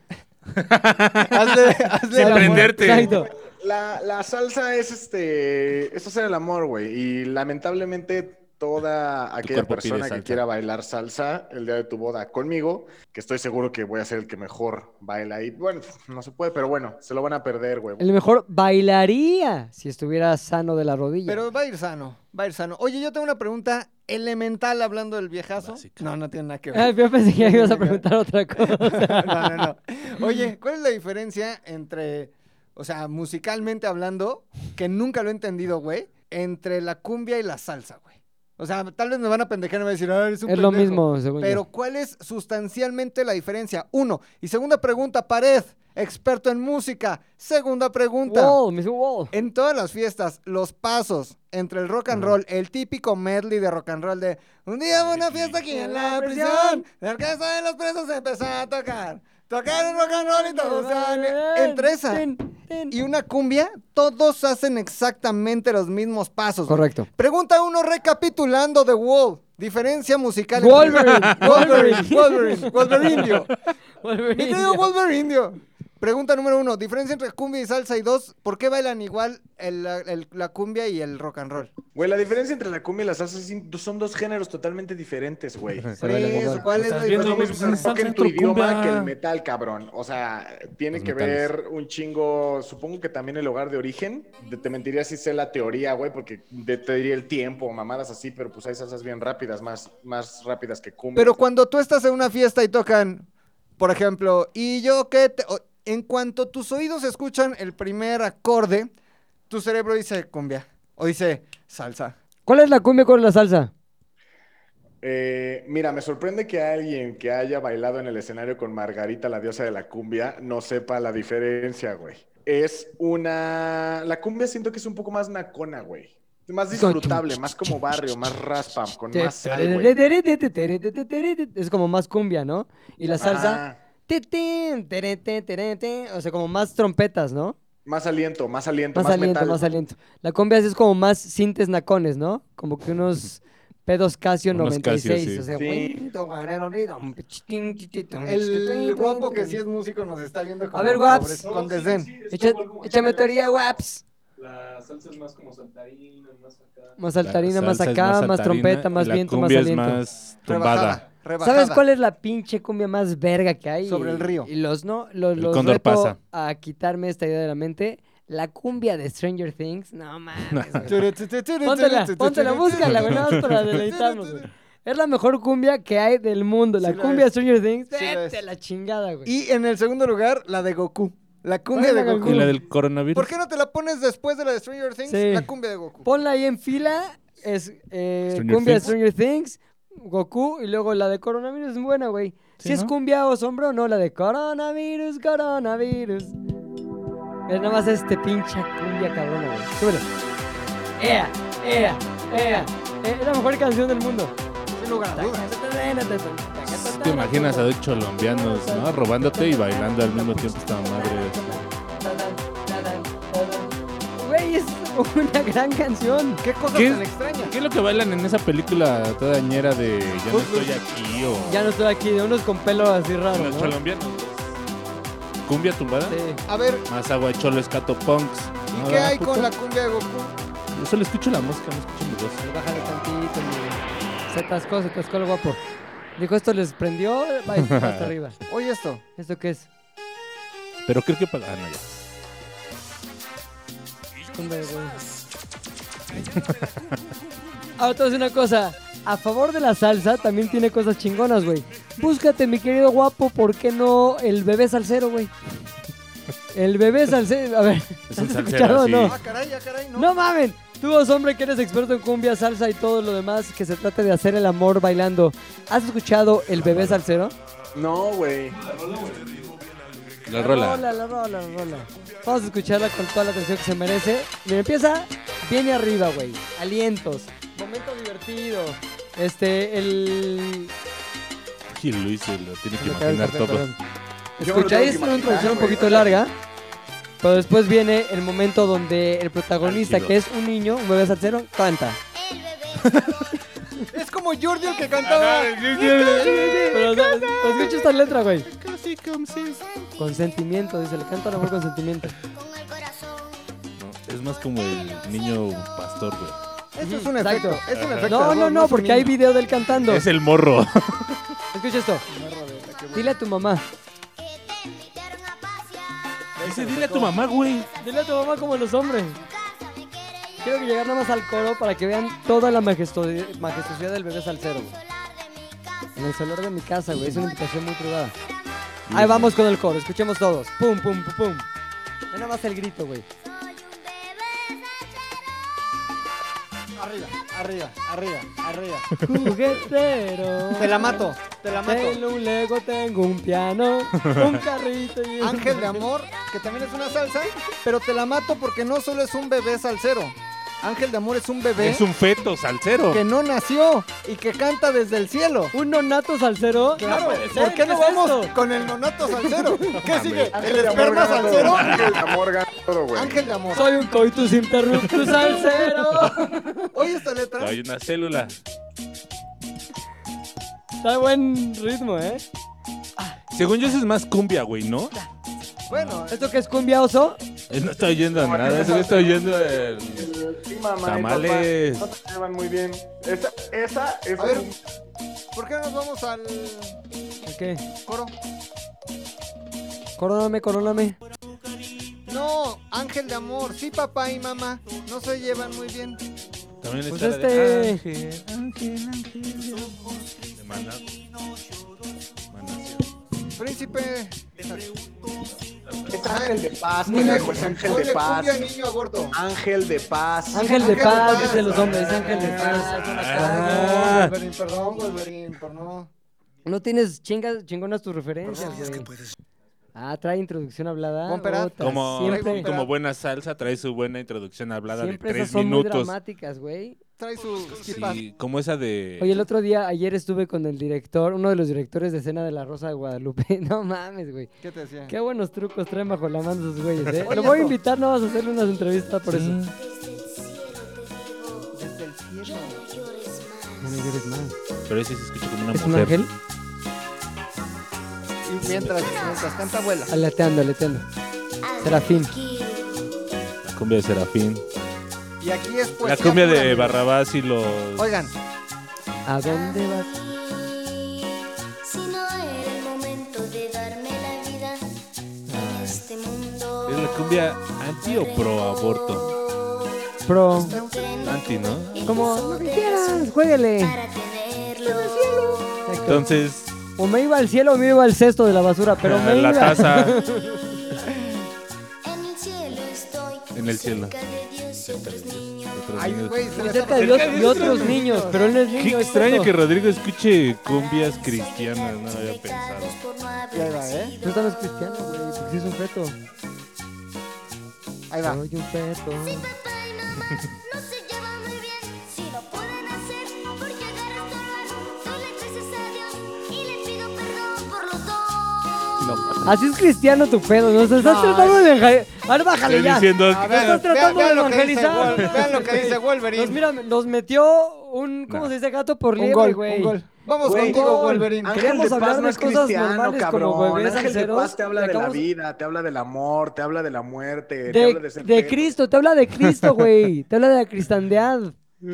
B: hazle, hazle
A: El
B: el
A: amor.
B: amor.
C: prenderte.
A: Exacto.
D: La, la salsa es este. Es hacer el amor, güey. Y lamentablemente. Toda aquella
C: cuerpo pide
D: persona que
C: salsa.
D: quiera bailar salsa el día de tu boda conmigo, que estoy seguro que voy a ser el que mejor baila ahí. Bueno, no se puede, pero bueno, se lo van a perder, güey.
A: El mejor bailaría si estuviera sano de la rodilla.
B: Pero va a ir sano, va a ir sano. Oye, yo tengo una pregunta elemental hablando del viejazo.
C: Básica.
B: No, no tiene nada que
A: Ay,
B: ver.
A: Ah, yo pensé que ibas a preguntar otra cosa.
B: [laughs] no, no, no. Oye, ¿cuál es la diferencia entre, o sea, musicalmente hablando, que nunca lo he entendido, güey, entre la cumbia y la salsa, güey? O sea, tal vez me van a pendejar y me van a decir, ah, eres un
A: Es lo
B: pendejo".
A: mismo, según
B: Pero
A: yo.
B: ¿cuál es sustancialmente la diferencia? Uno. Y segunda pregunta, Pared, experto en música. Segunda pregunta.
A: Wall, me hizo wall.
B: En todas las fiestas, los pasos entre el rock and roll, el típico medley de rock and roll de un día hubo una fiesta aquí en la prisión, la orquesta de los presos empezó a tocar, tocaron rock and roll y todos salen. Entre esa
A: Tin, tin.
B: y una cumbia, todos hacen exactamente los mismos pasos.
A: Correcto.
B: Pregunta uno recapitulando The Wall. Diferencia musical. entre-
A: Wolverine,
B: [laughs] Wolverine,
A: Wolverine.
B: Wolverine, Wolverindio. Mi
A: Wolverine.
B: querido Wolverine Indio. Pregunta número uno, diferencia entre cumbia y salsa y dos, ¿por qué bailan igual el- el- la cumbia y el rock and roll?
D: Güey, la diferencia entre la cumbia y la salsa es in- son dos géneros totalmente diferentes, güey.
A: [laughs] Se baila
B: Por eso,
A: mejor.
B: ¿cuál es
C: Estás
B: la
C: viendo,
B: diferencia?
C: güey,
D: Pues
C: pues,
D: el rock
C: salsa
D: en tu
C: dentro
D: idioma
C: cumbia.
D: que el metal, cabrón. O sea, tiene
C: Los
D: que
C: metales.
D: ver un chingo, supongo que también el hogar de origen. Te, te mentiría si sé la teoría, güey, porque de- te diría el tiempo, mamadas así, pero pues hay salsas bien rápidas, más, más rápidas que cumbia.
B: Pero cuando tú estás en una fiesta y tocan, por ejemplo, y yo qué te... o- En cuanto tus oídos escuchan el primer acorde, tu cerebro dice cumbia o dice salsa.
A: ¿Cuál es la cumbia con la salsa?
D: Eh, mira, me sorprende que alguien que haya bailado en el escenario con Margarita, la diosa de la cumbia, no sepa la diferencia, güey. Es una... La cumbia siento que es un poco más nacona, güey. Más disfrutable, más como barrio, más raspa, con más sal, güey.
A: Es como más cumbia, ¿no? Y la salsa.
D: Ajá.
A: ti, tin, tere, te, tere, te, O sea, como más trompetas, ¿no?
D: Más aliento, más aliento,
A: Más
D: más,
A: aliento,
D: metal.
A: más aliento. La cumbia es como más cintes nacones, ¿no? Como que unos pedos Casio
C: Unos Casio,
A: 96.
C: sí.
A: O sea,
D: Sí.
A: bonito, guarero, lindo.
B: El guapo que sí es músico nos está viendo con,
A: A ver, guaps.
B: sobre- con desdén.
A: Echa- Échame teoría, guaps.
E: La salsa es más como saltarina, más acá.
A: Más
C: La
A: saltarina, más
C: salsa es
A: acá, más,
C: saltarina
A: trompeta,
C: y
A: más
C: la
A: viento, más
C: cumbia es
A: aliento.
C: más tumbada.
B: Rebajada, rebajada.
A: ¿Sabes cuál es la pinche cumbia más verga que hay?
B: Sobre el río.
A: Y los no, los,
C: El
A: los
C: cóndor
A: reto
C: pasa.
A: a quitarme esta idea de la mente. La cumbia de Stranger Things. No mames. güey. Póntela, póntela, búscala, güey, nada más para deleitarnos, güey. Es la mejor cumbia que hay del mundo. La
B: Sí lo
A: cumbia
B: es.
A: Stranger Things.
B: Sí lo
A: Vete a
B: es.
A: la chingada, güey.
B: Y en el segundo lugar, la de Goku. La cumbia
A: Ponla
B: de
A: la
B: Goku.
C: ¿Y la del coronavirus?
B: ¿Por qué no te la pones después de la de Stranger Things?
A: Sí.
B: La cumbia de Goku.
A: Ponla ahí en fila. Es eh,
C: Stranger
A: cumbia de
C: Things.
A: Stranger Things, Goku y luego la de coronavirus es buena, güey. Si
C: Sí,
A: es
C: ¿no?
A: cumbia o sombra, no, la de coronavirus, coronavirus. Es nada más este pinche cumbia cabrona, güey. Súbelo. ¡Ea! ¡Ea! ¡Ea! Eh, Es la mejor canción del mundo.
B: Sin lugar a dudas.
C: ¿Te imaginas a dos colombianos, ¿no? Robándote y bailando al mismo tiempo esta madre.
A: Güey, es una gran canción.
B: ¿Qué cosa
C: ¿Qué?
B: tan extraña?
C: ¿Qué es lo que bailan en esa película toda ñera de Ya no estoy aquí o
A: Ya no estoy aquí, de unos con pelo así raro.
C: los
A: ¿no?
C: colombianos? ¿Cumbia tumbada?
A: Sí.
B: A ver,
C: Más agua de cholo escato punks.
B: ¿y
C: ¿No,
B: qué
C: verdad,
B: hay
C: puto?
B: con la cumbia de Goku?
C: Yo solo escucho la música, no escucho mi voz.
A: pues Bájale tantito, mi- Se atascó, se atascó el guapo. Dijo, esto les prendió, va hasta arriba.
B: Oye esto.
A: ¿Esto qué es?
C: Pero creo que para... Ah, no, ya.
A: Hombre, güey. [laughs] Ahora te voy a decir una cosa. A favor de la salsa también tiene cosas chingonas, güey. Búscate, mi querido guapo, ¿por qué no el bebé salsero, güey? El bebé salsero, a ver.
C: Es un
A: ¿has
C: salsero
A: escuchado o
C: así.
A: no?
B: Ah, caray, ah, caray, no.
A: No mamen. Tú, vos, hombre, que eres experto en cumbia, salsa y todo lo demás, que se trate de hacer el amor bailando. ¿Has escuchado el bebé salsero?
D: No, güey.
C: La
A: La rola,
C: rola.
A: la rola, la rola. Vamos a escucharla con toda la atención que se merece. Mira, empieza viene arriba, güey. Alientos. Momento divertido. Este, el...
C: Y Luis se lo tiene que
A: Perdón, perdón,
C: imaginar todo.
A: perdón.
D: Yo me lo
A: Escucha,
D: tengo
A: ahí
D: que
A: es una
D: imaginar,
A: introducción un
D: güey,
A: poquito
D: o sea.
A: larga. Pero después viene el momento donde el protagonista,
C: Álgido.
A: que es un niño, un bebé salsero, canta.
B: Es como Jordi el que cantaba.
A: Pero no, no escucha esta letra, güey.
B: ah,
A: Consentimiento, dice, le canta el amor consentimiento.
C: No, es más como el niño pastor, güey.
B: Eso es un
A: Exacto.
B: efecto. Es un efecto.
A: No, no, no,
B: es un
A: porque hay
B: niño.
A: video del cantando.
C: Es el morro.
A: Escucha esto. Dile a tu mamá.
C: Dice, dile a tu mamá, güey.
A: Dile a tu mamá como los hombres. Quiero que llegar nada más al coro para que vean toda la majestuosidad, majestuosidad del bebé salsero, güey. En el celular de mi casa, güey. Es una invitación muy privada. Ahí vamos con el coro. Escuchemos todos. Pum, pum, pum, pum. Ve nada más el grito,
B: [laughs]
A: güey.
B: Arriba, arriba, arriba, arriba.
A: Juguetero.
B: Te la mato, te la mato.
A: Tengo un Lego, tengo un piano, [laughs] un carrito y un...
B: Ángel de amor, que también es una salsa, pero te la mato porque no solo es un bebé salsero. Ángel de amor es un bebé
C: Es un feto salsero.
B: que no nació y que canta desde el cielo.
A: ¿Un nonato salsero?
B: Claro,
A: No puede ser,
B: ¿por qué no
A: es
B: vamos
A: esto?
B: con el nonato salsero? ¿Qué sigue? ¿El
D: Ángel de Este amor
B: esperma
D: gana todo.
B: salsero?
D: Ángel de amor gana todo, güey.
B: Ángel de amor.
A: Soy un coitus interruptus salsero.
B: Oye esta letra.
C: Hay una célula.
A: Está buen ritmo, ¿eh?
C: Según yo, eso es más cumbia, güey, ¿no?
B: Bueno,
A: ¿Esto que es cumbia oso?
C: Eh, No estoy oyendo a nada, eso estoy oyendo el...
D: Sí, mamá y
C: Tamales.
D: papá, No te llevan muy bien. Esa, esa es
B: A ver.
D: un-
B: ¿por qué nos vamos al
A: ¿Qué?
B: coro?
A: Coróname, coróname.
B: No, ángel de amor. Sí, papá y mamá. No se llevan muy bien.
C: También
A: Pues
C: está la
A: este-
C: de Ángel, Ángel, Ángel. de Maná. Maná, sí.
B: Príncipe.
D: Ángel de Paz,
B: Ponle-
D: pendejo, es Ángel de
B: ponle
D: Paz.
B: cumbia, niño gordo.
A: Ah.
D: Ángel de Paz.
A: Ángel de
B: Ángel de
A: Paz,
B: Paz.
A: dice los hombres, Ángel de Paz.
B: Ah, Wolverine, perdón, Wolverine, por no.
A: No tienes chingas, chingonas tus referencias, güey. Ah, trae introducción hablada.
B: Pomperat.
A: Otra,
C: Como,
A: siempre,
C: y como buena salsa trae su buena introducción hablada
A: siempre
C: de
A: esas
C: tres
A: son muy
C: minutos.
A: dramáticas, güey.
B: Trae su
C: Sí,
B: esquipa.
C: como esa de...
A: Oye, el otro día, ayer estuve con el director, uno de los directores de escena de La Rosa de Guadalupe. [laughs] No mames, güey.
B: ¿Qué te decía?
A: Qué buenos trucos traen bajo la mano esos güeyes, ¿eh?
B: Oye,
A: Lo voy a
B: esto.
A: invitar, no vas a hacerle unas entrevistas por eso.
B: Desde el cielo.
A: No me llores más.
C: Pero ese se escucha como una
A: ¿Es un
C: mujer.
A: ángel?
B: Y mientras, mientras canta abuela.
A: Aleteando, aleteando. Serafín.
C: La cumbia de Serafín.
B: Y aquí es pues.
C: la cumbia de Barrabás y los...
B: Oigan,
A: ¿A dónde vas?
G: Si no era el momento de darme la vida en este mundo.
C: ¿Es la cumbia anti o pro aborto?
A: Pro.
C: Anti, ¿no?
A: Como lo que quieras, juégale.
G: Para tenerlo.
C: Entonces,
A: O me iba al cielo o me iba al cesto de la basura, pero
C: ah,
A: me
C: la
A: iba.
C: [laughs] taza...
G: En el cielo estoy.
C: En el cielo.
G: cerca de Dios y otros niños.
C: Otros
B: ay,
C: niños.
B: güey, se
A: Muy
B: le
A: cerca
B: está-
A: de Dios y otros niños, pero él no es niño.
C: Qué
A: es
C: extraño
A: cesto.
C: que Rodrigo escuche cumbias cristianas, no lo había pensado.
G: Por no haber
B: Y ahí va, ¿eh?
A: No estamos cristianos, güey, porque sí es un feto.
B: Ahí
C: Ah.
B: va.
A: Soy un feto.
G: Papá y mamá no se llevan muy bien. Si lo pueden hacer, por llegar hasta mal. Doy las gracias a Dios y le pido perdón por los dos.
A: Así es cristiano tu pedo, nos estás tratando de enja- Ahora bájale
C: Estoy
A: ya.
C: diciendo
B: A
C: que-
B: ver,
A: Estás tratando
B: vean-
A: de
B: vean lo que dice
A: evangelizar.
B: Wol- Vean lo que dice
A: Nos,
B: Wolverine.
A: mira, nos metió un, ¿cómo
C: Nah.
A: se dice? Gato por
B: Un
A: liebre,
B: gol,
A: güey.
B: un gol. Vamos
D: Güey,
B: contigo,
A: gol.
B: Wolverine.
A: Ángel,
D: Ángel
A: Queremos
D: de
A: hablar
D: Paz
A: de
D: no es
A: cosas
D: cristiano,
A: normales como
D: cabrón.
A: bebés
D: Ángel de
A: sinceros,
D: Paz te
A: y
D: habla de la
A: acabamos-
D: vida, te habla del amor, te habla de la muerte, te habla
A: De,
D: de ser
A: de
D: feo.
A: Cristo, te habla de Cristo, güey. Te habla de la cristandad.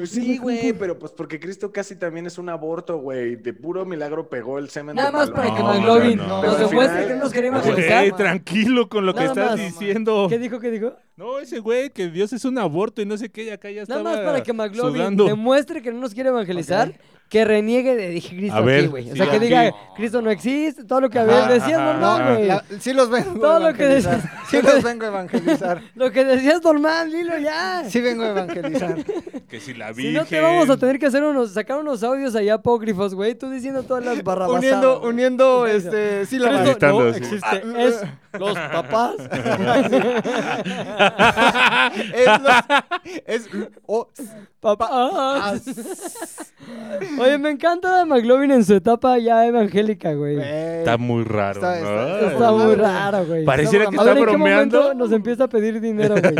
D: Sí, güey, pero pues porque Cristo casi también es un aborto, güey. De puro milagro pegó el semen
A: Nada
D: de
A: más
D: paloma.
A: para que
C: No,
A: McLovin nos
C: no,
D: no.
A: demuestre
D: Al
A: que
D: final-
A: nos queremos
C: Güey,
A: evangelizar.
C: tranquilo con lo que
A: Nada
C: estás
A: más.
C: diciendo.
A: ¿Qué dijo? ¿Qué dijo?
C: No, ese güey, que Dios es un aborto y no sé qué, y acá ya
A: Nada
C: estaba
A: más para que McLovin
C: sudando.
A: demuestre que no nos quiere evangelizar, que reniegue de dije, Cristo
C: A ver,
A: aquí, güey. O sea,
C: sí,
A: que
C: aquí.
A: diga, Cristo no existe, todo lo que había,
C: Ajá,
A: decías
C: ajá,
A: normal,
C: ajá.
A: güey.
B: La- sí los vengo
A: Todo
B: a
A: lo que des-
B: evangelizar. Sí los vengo a evangelizar.
A: Lo que decías normal, dilo ya.
B: Sí vengo a evangelizar.
C: Que si la
A: si
C: Virgen...
A: no te vamos a tener que hacer unos, sacar unos audios allá apócrifos, güey, tú diciendo todas las barrabasadas.
B: uniendo,
A: güey.
B: uniendo, este, Ah, sí la
A: Cristo
C: Gritando,
A: no
C: sí.
A: existe, es los
B: [laughs]
A: papás.
B: es los- es oh,
A: papás. Oye, me encanta McLovin en su etapa ya evangélica, güey.
B: eh,
C: Está muy raro,
B: Está- está-
C: ¿no?
A: Está muy
B: güey.
A: raro, güey.
C: Pareciera que
A: A
C: está
A: ver, ¿en qué momento
C: bromeando.
A: nos empieza a pedir dinero,
B: [laughs]
A: güey?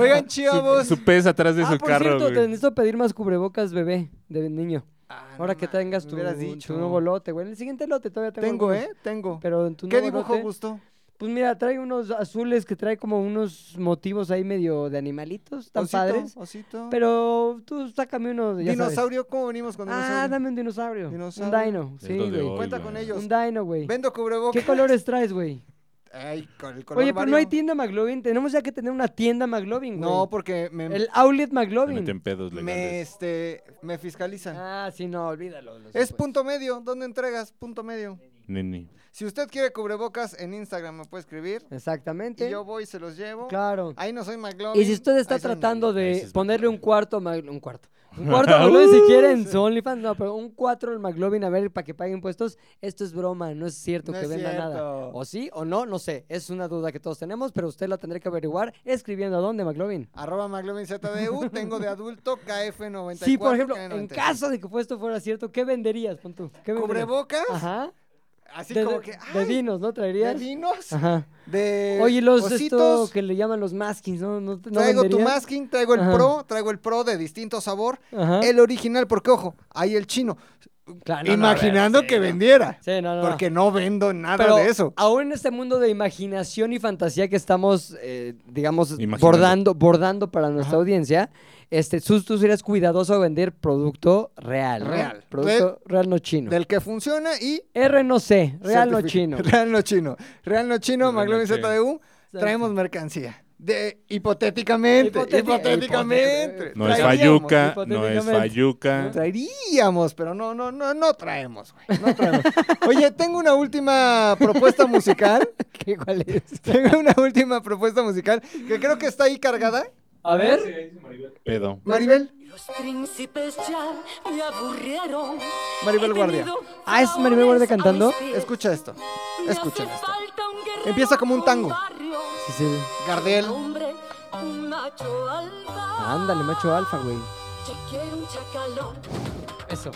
B: Oigan, chavos.
C: Su pez atrás de
A: ah,
C: su
A: por
C: carro,
A: cierto, te
C: güey.
A: necesito pedir más cubrebocas, bebé, de niño.
B: Ah,
A: Ahora que tengas tu,
B: hubieras
A: tu
B: dicho.
A: nuevo lote, güey. En el siguiente lote todavía tengo.
B: Tengo,
A: algunos,
B: ¿eh? Tengo.
A: Pero en tu
B: ¿Qué
A: nuevo
B: dibujo
A: lote-
B: gustó?
A: Pues mira, trae unos azules que trae como unos motivos ahí medio de animalitos, tan
B: Osito,
A: padres.
B: Osito.
A: Pero tú sácame uno, ya sabes.
B: dinosaurio, ¿cómo venimos con dinosaurio?
A: Ah, dame un dinosaurio.
B: Dinosaurio.
A: Un dino,
C: Es
A: sí,
C: lo de hoy,
A: güey.
B: Cuenta
C: güey.
B: con ellos.
A: Un dino, güey.
B: Vendo cubrebocas.
A: ¿Qué colores traes, güey?
B: Ay, con el color
A: Oye, pero no hay
B: vario.
A: tienda McLovin. Tenemos ya que tener una tienda McLovin, güey.
B: No, porque me,
A: El outlet
C: Te meten
A: McLovin.
C: pedos
B: me,
C: legales.
B: este, me fiscalizan.
A: Ah, sí, no, olvídalo. no se
B: es
A: puede.
B: punto medio. ¿Dónde entregas? Punto medio.
C: Nini.
B: Si usted quiere cubrebocas, en Instagram me puede escribir.
A: Exactamente.
B: Y yo voy y se los llevo.
A: Claro.
B: Ahí no soy McLovin.
A: Y si usted está
B: ahí soy
A: tratando
C: Ahí
A: de
C: sí es
A: ponerle un
C: McLovin.
A: cuarto a Mag- un cuarto.
B: [laughs]
A: Un cuarto a McLovin si quiere en su OnlyFans, no, pero un cuatro al McLovin a ver para que pague impuestos. Esto es broma, no es cierto
B: No
A: que
B: es
A: venda nada.
B: cierto.
A: O sí o no, no sé. Es una duda que todos tenemos, pero usted la tendrá que averiguar escribiendo a dónde, McLovin.
B: Arroba McLovin ZDU, tengo de adulto KF94.
A: Sí, por ejemplo, en
B: KN90.
A: caso de que esto fuera cierto, ¿qué venderías, pon tú? ¿Qué venderías?
B: ¿Cubrebocas?
A: Ajá.
B: Así
A: de,
B: como
A: de-
B: que.
A: de
B: ay,
A: vinos, ¿no?
B: ¿De
A: ¿Traerías?
B: vinos?
A: Ajá.
B: De.
A: Oye, los esto
B: ositos.
A: que le llaman los maskings, ¿no? ¿No, no
B: Traigo tu
A: venderías?
B: masking, traigo el
A: Ajá.
B: pro, traigo el pro de distinto sabor.
A: Ajá.
B: El original, porque ojo, hay el chino.
A: Claro, Ah, no, no, a ver,
B: Imaginando
A: sí,
B: que
A: no.
B: vendiera.
A: Sí, no, no, no.
B: Porque no vendo nada
A: Pero
B: de eso.
A: aún en este mundo de imaginación y fantasía que estamos, eh, digamos,
C: Imaginando.
A: bordando, bordando para nuestra audiencia, este, sus- tú serías cuidadoso a vender producto real. ¿no?
B: Real.
A: Producto real no chino.
B: Del que funciona y.
A: R no C, [laughs] real no
B: [laughs] certifica-
A: chino.
B: Real no chino. Real no chino,
C: Real no
B: McLovin
C: chino.
B: ZDU. Traemos mercancía. De, hipotéticamente,
A: Hipoteti-
B: hipotéticamente.
A: hipotéticamente.
C: No es
B: Traeríamos,
C: Fayuca, no es
A: hipotéticamente.
C: Fayuca.
B: Traeríamos, pero no, no, no, no traemos, güey. No traemos. Oye, tengo una última propuesta musical.
A: [laughs] ¿Qué, ¿Cuál es?
B: [laughs] Tengo una última propuesta musical que creo que está ahí cargada.
A: A ver.
E: Sí, dice Maribel.
C: Pedo.
B: Maribel,
H: Los príncipes Pues ya me aburrieron.
B: Maribel Guardia.
A: Ah, ¿es Maribel Guardia cantando?
B: Escucha esto. Escuchen esto.
H: Empieza como un tango.
A: Sí, sí.
B: Gardel.
A: Ándale, macho alfa, güey. Eso.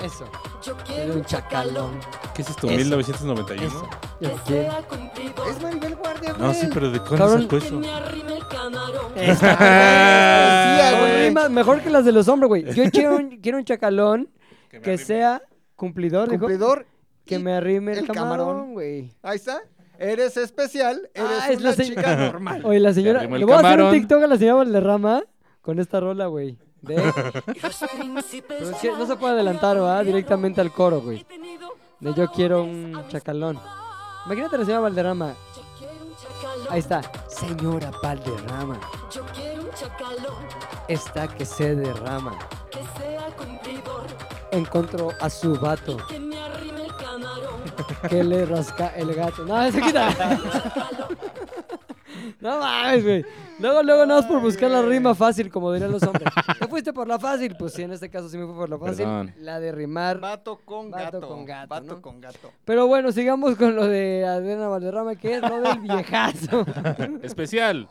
A: Eso.
H: Yo
A: Era
H: quiero
A: un chacalón.
C: ¿Qué es esto?
A: Eso.
C: ¿1991?
A: Eso. Yo lo quiero.
B: Es Maribel Guardia, güey.
C: No, sí, pero ¿de cuándo
A: Cabrón.
C: sacó eso?
A: Eso. [laughs]
B: Poesía,
C: Ah,
A: Con
B: güey.
A: rimas mejor que las de los hombres, güey. Yo quiero un,
C: [laughs]
A: quiero un chacalón
C: me
A: que
C: arrime.
A: sea cumplidor, dijo.
B: Cumplidor.
A: Que
B: y-
A: me arrime el,
B: el
A: camarón,
B: camarón.
A: güey.
B: Ahí está. Eres especial, eres
A: Ah, es
B: una
A: la se- [laughs]
B: chica normal.
A: Oye, la señora.
C: arrimo el
A: Le voy a hacer un
C: camarón.
A: TikTok a la señora Valderrama con esta rola, güey. De-
C: [laughs]
A: [laughs]
H: Pero
A: Pero es que no se puede adelantar, ¿va? Directamente al coro, güey. De yo quiero un chacalón. Imagínate a la señora Valderrama. Ahí está. Señora Valderrama.
H: Yo quiero un chacalón
A: Esta que se derrama.
H: que sea cumplidor,
A: Encontró a su vato
H: que me arrime el camarón.
A: que le rasca el gato. No, eso quita. No mames, güey. Luego, luego, no es por buscar la rima fácil, como dirían los hombres. ¿Te fuiste por la fácil? Pues sí, en este caso sí me fue por la fácil.
C: Perdón.
A: La de rimar
B: Vato con
A: Vato
B: gato.
A: con gato,
B: Vato
A: ¿no?
B: con gato.
A: Pero bueno, sigamos con lo de Adriana Valderrama, que es lo del viejazo.
C: Especial.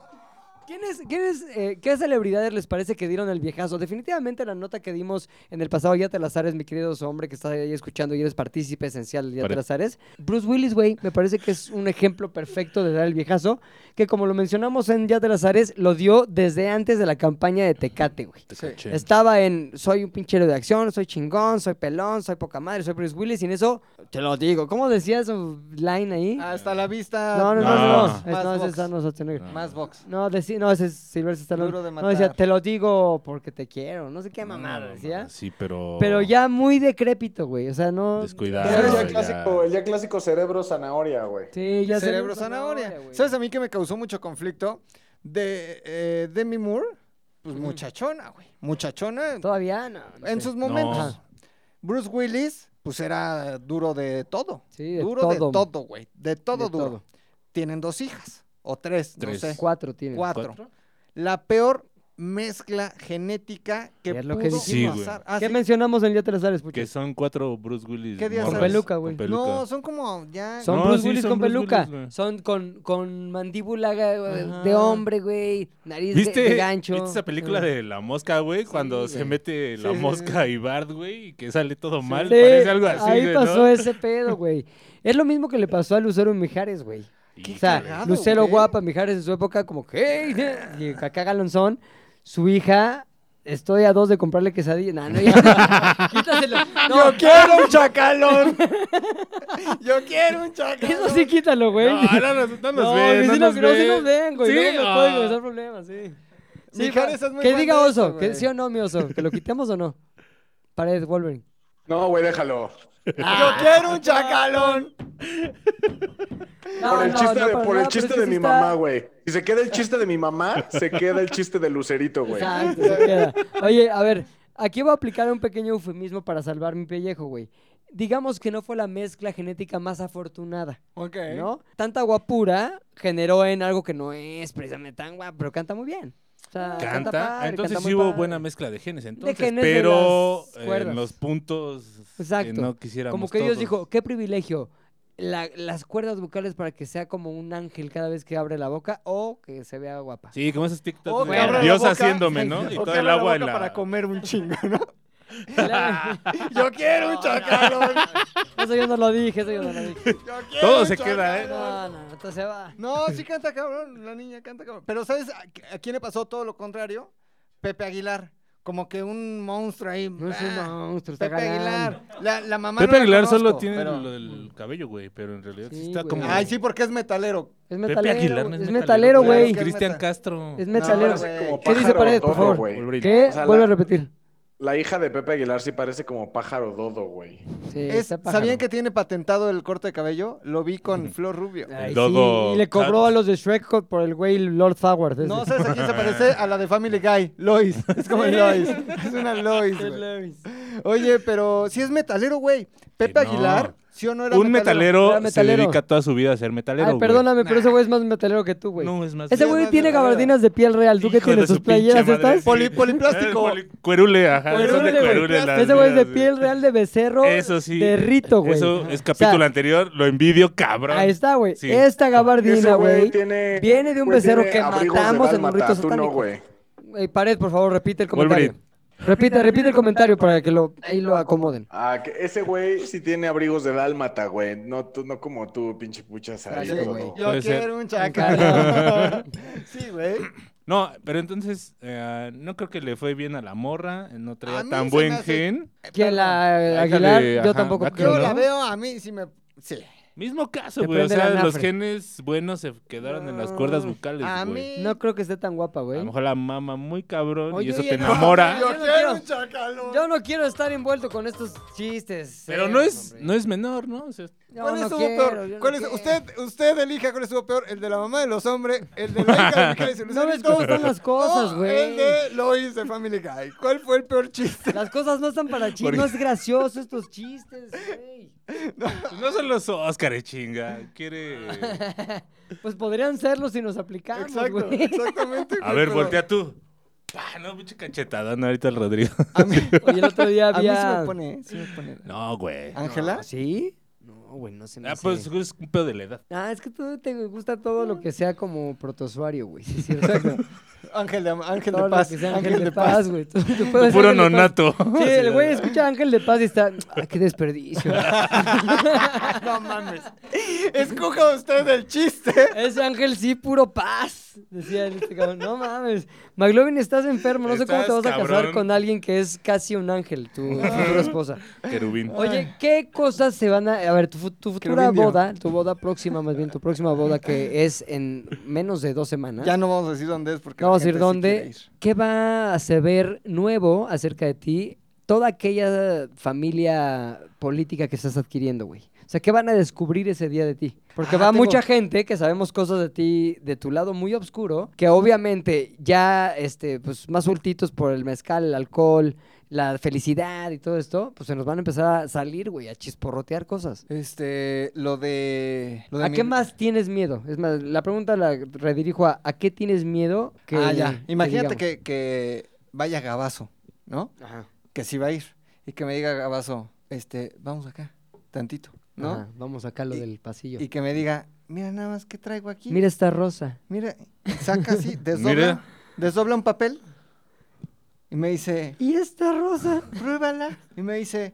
A: ¿Quién es, quién es, eh, ¿Qué celebridades les parece que dieron el viejazo? Definitivamente la nota que dimos en el pasado Día de las Ares, mi querido hombre que está ahí escuchando y eres partícipe esencial del Día de
C: Pare-
A: las Ares. Bruce Willis, güey, me parece que es un ejemplo perfecto de dar el viejazo, que como lo mencionamos en Día de las Ares, lo dio desde antes de la campaña de Tecate, güey.
C: Te
B: Sí.
C: caché.
A: Estaba en soy un pinchero de acción, soy chingón, soy pelón, soy poca madre, soy Bruce Willis y en eso te lo digo. ¿Cómo decía su line ahí?
B: Hasta la vista.
A: No, no, no,
C: No.
A: no. No, es,
B: Ah. Más
A: no, ese
B: Ah. Ah, box.
A: es Arnold Schwarzenegger.
C: No.
B: Más box.
A: No, decí- no, ese es Silvestre Stallone.
B: Duro de
A: No, decía,
B: matar.
A: te lo digo porque te quiero. No sé qué
C: No,
A: mamada
C: no,
A: decía.
C: no, Sí, pero.
A: Pero ya muy decrépito, güey. O sea, no.
C: Descuidado.
D: Era el
C: ya
D: ya clásico, el ya clásico cerebro zanahoria, güey.
A: Sí, ya
B: Cerebro zanahoria.
A: güey.
B: ¿Sabes a mí que me causó mucho conflicto? De eh, Demi Moore, pues muchachona, güey. Muchachona
A: Todavía no. no sé.
B: en sus momentos. Bruce Willis, pues era duro de todo.
A: Sí, de
B: duro
A: todo.
B: de todo, güey. De todo
A: De
B: duro.
A: todo.
B: Tienen dos hijas. O tres,
C: Tres.
B: no sé.
A: Cuatro tiene.
B: Cuatro. La peor mezcla genética que
A: Es
B: pudo
A: lo que dijimos.
C: Sí, güey.
B: pasar. Ah,
A: ¿Qué
B: sí.
A: mencionamos en Ya te las sabes, Pucho?
C: Que son cuatro Bruce Willis.
B: ¿Qué día
C: morros.
A: Con peluca, güey.
C: Con
B: No,
C: peluca.
B: son como ya...
A: Son
C: No,
A: Bruce
C: sí,
A: Willis
C: son
A: con
C: Bruce
A: peluca.
C: Willis, güey.
A: son con, con mandíbula güey,
B: Ajá.
A: de hombre, güey. Nariz de-
C: ¿Viste,
A: de, gancho. Mm.
C: ¿Viste esa película
A: Ajá.
C: de la mosca, güey? Cuando se
A: güey.
C: mete la
B: Sí, sí,
C: mosca y Bart, güey, y que sale todo mal.
A: Sí,
C: Parece algo así,
A: Ahí
C: güey, ¿no?
A: pasó ese pedo, güey. Es lo mismo que le pasó a Lucero y Mijares, güey.
C: Híjole.
A: O sea,
B: cagado,
A: Lucero
B: güey.
A: guapa, Mijares en su época, como que. Y Cacá Galonzón, su hija. Estoy a dos de comprarle quesadilla. Nah, no, ya no. Quítaselo. No,
B: quiero un chacalón. Yo quiero un chacalón.
A: eso sí, quítalo, güey.
C: No, no, nos- no nos ven,
A: que
C: no
A: sí
C: nos
A: no, sí nos
C: ven.
A: ven, güey.
C: Sí,
A: Luego nos
C: ah.
A: pueden causar problemas, sí. Sí,
B: Mijares
A: pa-
B: es muy
A: Que
B: fan
A: diga
B: de eso,
A: oso, que
B: güey.
A: sí o no, mi oso. Que lo quitemos o no. Pared Wolverine.
D: No, güey, déjalo.
A: Ah.
B: Yo quiero un chacalón.
A: No,
D: por el
A: no,
D: chiste,
A: no,
D: de,
A: pero no,
D: por el
A: pero es
D: chiste
A: que
D: de
A: sí
D: mi
A: está-
D: mamá, güey. Si se queda el chiste de mi mamá,
A: [laughs]
D: se queda el chiste de Lucerito, güey.
A: Exacto, se queda. Oye, a ver, aquí voy a aplicar un pequeño eufemismo para salvar mi pellejo, güey. Digamos que no fue la mezcla genética más afortunada,
B: Ok.
A: ¿no? Tanta guapura generó en algo que no es precisamente tan guapo, pero canta muy bien. O sea,
C: Canta.
A: padre,
C: Ah, entonces
A: canta muy
C: sí hubo
A: padre.
C: buena mezcla de genes, entonces.
A: genes de
C: pero
A: las
C: eh,
A: cuerdas.
C: en los puntos que
A: Exacto.
C: no quisiéramos
A: Como que Dios
C: todos.
A: dijo, qué privilegio. la- las cuerdas vocales para que sea como un ángel cada vez que abre la boca o que se vea guapa.
C: Sí, como esos TikToks.
B: Oh,
C: de
A: que abra la
C: Dios
B: boca.
C: haciéndome, ¿no? Y
B: O
C: todo
B: quiero
C: el
B: la
C: agua en
B: boca
C: la...
B: para
C: [laughs]
B: comer un chingo,
A: [laughs]
B: ¿no?
A: [laughs] Claro,
B: Yo quiero un chacalón.
A: eso yo no lo dije, eso yo no lo
C: [laughs]
A: dije.
B: Yo quiero
C: Todo
B: un
C: se queda, ¿eh?
B: chacalón.
A: No, no, no, entonces
C: Ah,
A: va.
B: No, sí canta cabrón, la niña canta cabrón. Pero ¿sabes a, a quién le pasó todo lo contrario? Pepe Aguilar, como que un monstruo ahí.
A: No es un
B: bah.
A: monstruo, está
B: Pepe Aguilar, la, la mamá
C: Pepe
B: no la
C: Aguilar
B: conozco,
C: solo tiene
B: pero-
C: lo del cabello, güey, pero en realidad sí
A: Sí,
C: está
A: güey.
C: como...
B: Ay, sí, porque es metalero.
A: Es
C: Pepe
A: metalero,
C: Aguilar no
A: güey, es metalero, güey.
B: claro que-
C: Cristian
B: Cristian
C: Castro.
A: Es metalero.
B: güey.
A: ¿Qué dice
D: pájaro
A: Paredes, por
D: torro,
A: favor?
D: güey.
A: ¿Qué?
D: O sea,
A: Vuelve
D: la-
A: a repetir.
D: La hija de Pepe Aguilar sí parece como pájaro dodo, güey.
A: Sí,
B: Es-
A: está pájaro.
B: ¿Sabían que tiene patentado el corte de cabello? Lo vi con Flor Rubio.
A: Ay,
C: El
A: sí,
C: dodo
A: Y le cobró
C: cat.
A: a los de Shrek co- por el güey Lord Howard. ese.
B: No, ¿sabes a quién se parece? A la
A: [laughs]
B: de Family Guy, Lois. Es como el Lois. Es una Lois,
A: Qué
B: güey.
A: leves.
B: Oye, pero si es metalero, güey. Pepe
C: Que no.
B: Aguilar, ¿sí o no era
C: Un metalero,
A: Era
C: se
A: metalero.
C: dedica toda su vida a ser metalero.
A: Ay,
C: güey.
A: perdóname, pero ese güey es más metalero que tú, güey.
C: No, es más.
A: Ese
B: Sí, es
A: güey
B: más
A: tiene
B: metalero.
A: gabardinas de piel real. ¿Tú qué
C: Hijo de
A: tienes?
C: su
A: ¿Sus
C: pinche
A: playeras
C: madre,
A: estas?
C: sí.
B: Poli-
C: [laughs]
B: poliplástico.
C: El poli- cuerule, ajá. son de
A: Cuerule, güey.
C: cuerule las
A: Ese güey es de
C: mías,
A: piel real de becerro.
C: Eso sí.
A: De rito, güey.
C: Eso es
A: O sea,
C: capítulo anterior, lo envidio, cabrón.
A: Ahí está, güey.
C: Sí.
A: Esta
D: Ese
A: gabardina, güey.
D: tiene-
A: viene de un
D: güey,
A: becerro
D: tiene
A: que
D: abrigos de
A: matamos en
D: Dálmata,
A: Morritos
D: Tú no,
A: Satánicos.
D: güey.
A: Ey, Pared, por favor, repite el comentario.
C: Wolverine.
A: Repite, repite el comentario para que lo, ahí lo acomoden.
D: Ah, que ese güey sí tiene abrigos de dálmata, güey. No, tú, no como tú, pinche puchas ahí.
A: Gracias,
D: todo.
A: Ah, güey.
B: Yo
C: Puede ser.
B: quiero un chacal. [laughs] sí, güey.
C: No, pero entonces eh, no creo que le fue bien a la morra, no traía
B: A mí
C: tan
B: se me
C: buen
B: hace-
C: gen.
A: ¿Quién la
C: Déjale,
A: Aguilar? Yo
C: ajá,
A: tampoco.
C: Gato,
B: Yo
A: creo.
C: ¿no?
B: la veo a mí si me... Sí.
C: Mismo caso,
A: Te
C: güey. O
A: prende el
C: sea, los
A: anafre.
C: genes buenos se quedaron en las cuerdas bucales,
B: A
C: güey.
B: mí...
A: No creo que esté tan guapa,
C: A
A: güey.
C: lo mejor la mama muy cabrón
A: Oye,
C: y eso
A: oye,
C: te
A: no,
C: enamora.
A: yo no quiero un
B: chacalón.
A: Yo no quiero estar envuelto con estos chistes.
C: Pero
A: feos,
C: no es,
A: hombre.
C: no es menor, ¿no? O sea,
A: Yo
B: ¿Cuál
A: no
B: estuvo
A: quiero, yo
B: peor?
A: no
B: ¿Cuál es-
A: quiero.
B: usted, usted elija cuál estuvo peor, el de la mamá de los hombres, el de la hija de Mijares y
A: No ves
B: Lucerito,
A: cómo están
B: [laughs]
A: las cosas,
B: o
A: güey.
B: El de Lois de Family Guy. ¿Cuál fue el peor chiste?
A: Las cosas no están
B: [laughs]
A: para chistes. No es gracioso estos chistes, güey.
C: no son los Óscares, chinga.
B: [laughs]
C: Quiere.
A: Pues podrían serlo si nos aplicamos,
B: Exacto,
A: güey.
B: [laughs] exactamente.
C: A
B: güey,
C: ver,
B: pero-
C: voltea tú. Pa, no, pinche cachetadón ahorita el Rodrigo. [laughs]
B: A mí,
A: Oye, el otro día
B: a mí
A: había...
B: sí me pone, sí me pone.
C: No, güey.
A: Ah,
B: ¿Ángela?
A: ¿Sí? No, güey, no se me
C: Ah,
A: hace.
C: pues es un pedo de la edad.
A: Ah, es que tú te gusta todo lo que sea como protozoario, güey. Sí, es
B: [laughs]
A: cierto.
B: Ángel de, Ángel
A: Todo
B: de
A: lo
B: Paz. [laughs]
A: que sea Ángel de Paz, güey. Tú- tú puedes
C: Puro
A: Ángel de Paz.
C: nonato.
A: Sí, el güey escucha Ángel de Paz y está... ¡Ay, qué desperdicio!
B: No mames. Escoja usted el
C: ¿Eh?
B: chiste.
A: Ese ángel sí, puro paz. Decía él, este cabrón. No mames. McLovin, estás enfermo. No sé cómo te
C: Estás
A: vas a casar
C: cabrón.
A: con alguien que es casi un ángel, tu futura esposa.
C: Querubín.
A: Oye, ¿qué cosas se van a. A ver, tu, fu- tu futura
B: Querubindio.
A: boda, tu boda próxima, más bien, tu próxima boda que es en menos de dos semanas.
B: Ya no vamos a decir dónde es porque.
A: No vamos a
B: la
A: ir
B: gente sí
A: dónde.
B: quiere ir.
A: ¿Qué va a saber nuevo acerca de ti? Toda aquella familia política que estás adquiriendo, güey. O sea, ¿qué van a descubrir ese día de ti? Porque
B: Ah,
A: va
B: tengo-
A: mucha gente que sabemos cosas de ti de tu lado muy oscuro, que obviamente ya, este, pues más ultitos por el mezcal, el alcohol, la felicidad y todo esto, pues se nos van a empezar a salir, güey, a chisporrotear cosas.
B: Este, lo de. Lo de
A: ¿A
B: mi-
A: qué más tienes miedo? Es más, la pregunta la redirijo a ¿a qué tienes miedo? Que,
B: ah, ya.
A: que
B: Imagínate
A: digamos?
B: que, que vaya Gabazo, ¿no?
A: Ajá.
B: Que sí va a ir. Y que me diga Gabazo, este, vamos acá, tantito, ¿no?
A: Ajá, vamos acá a lo
B: Y-
A: del pasillo.
B: Y que me diga, mira nada más que traigo aquí.
A: Mira esta rosa.
B: Mira,
A: [laughs]
B: saca así, desdobla,
C: Mira.
B: desdobla un papel. Y me dice,
A: ¿Y esta rosa?
C: Ah,
B: pruébala. Y me dice,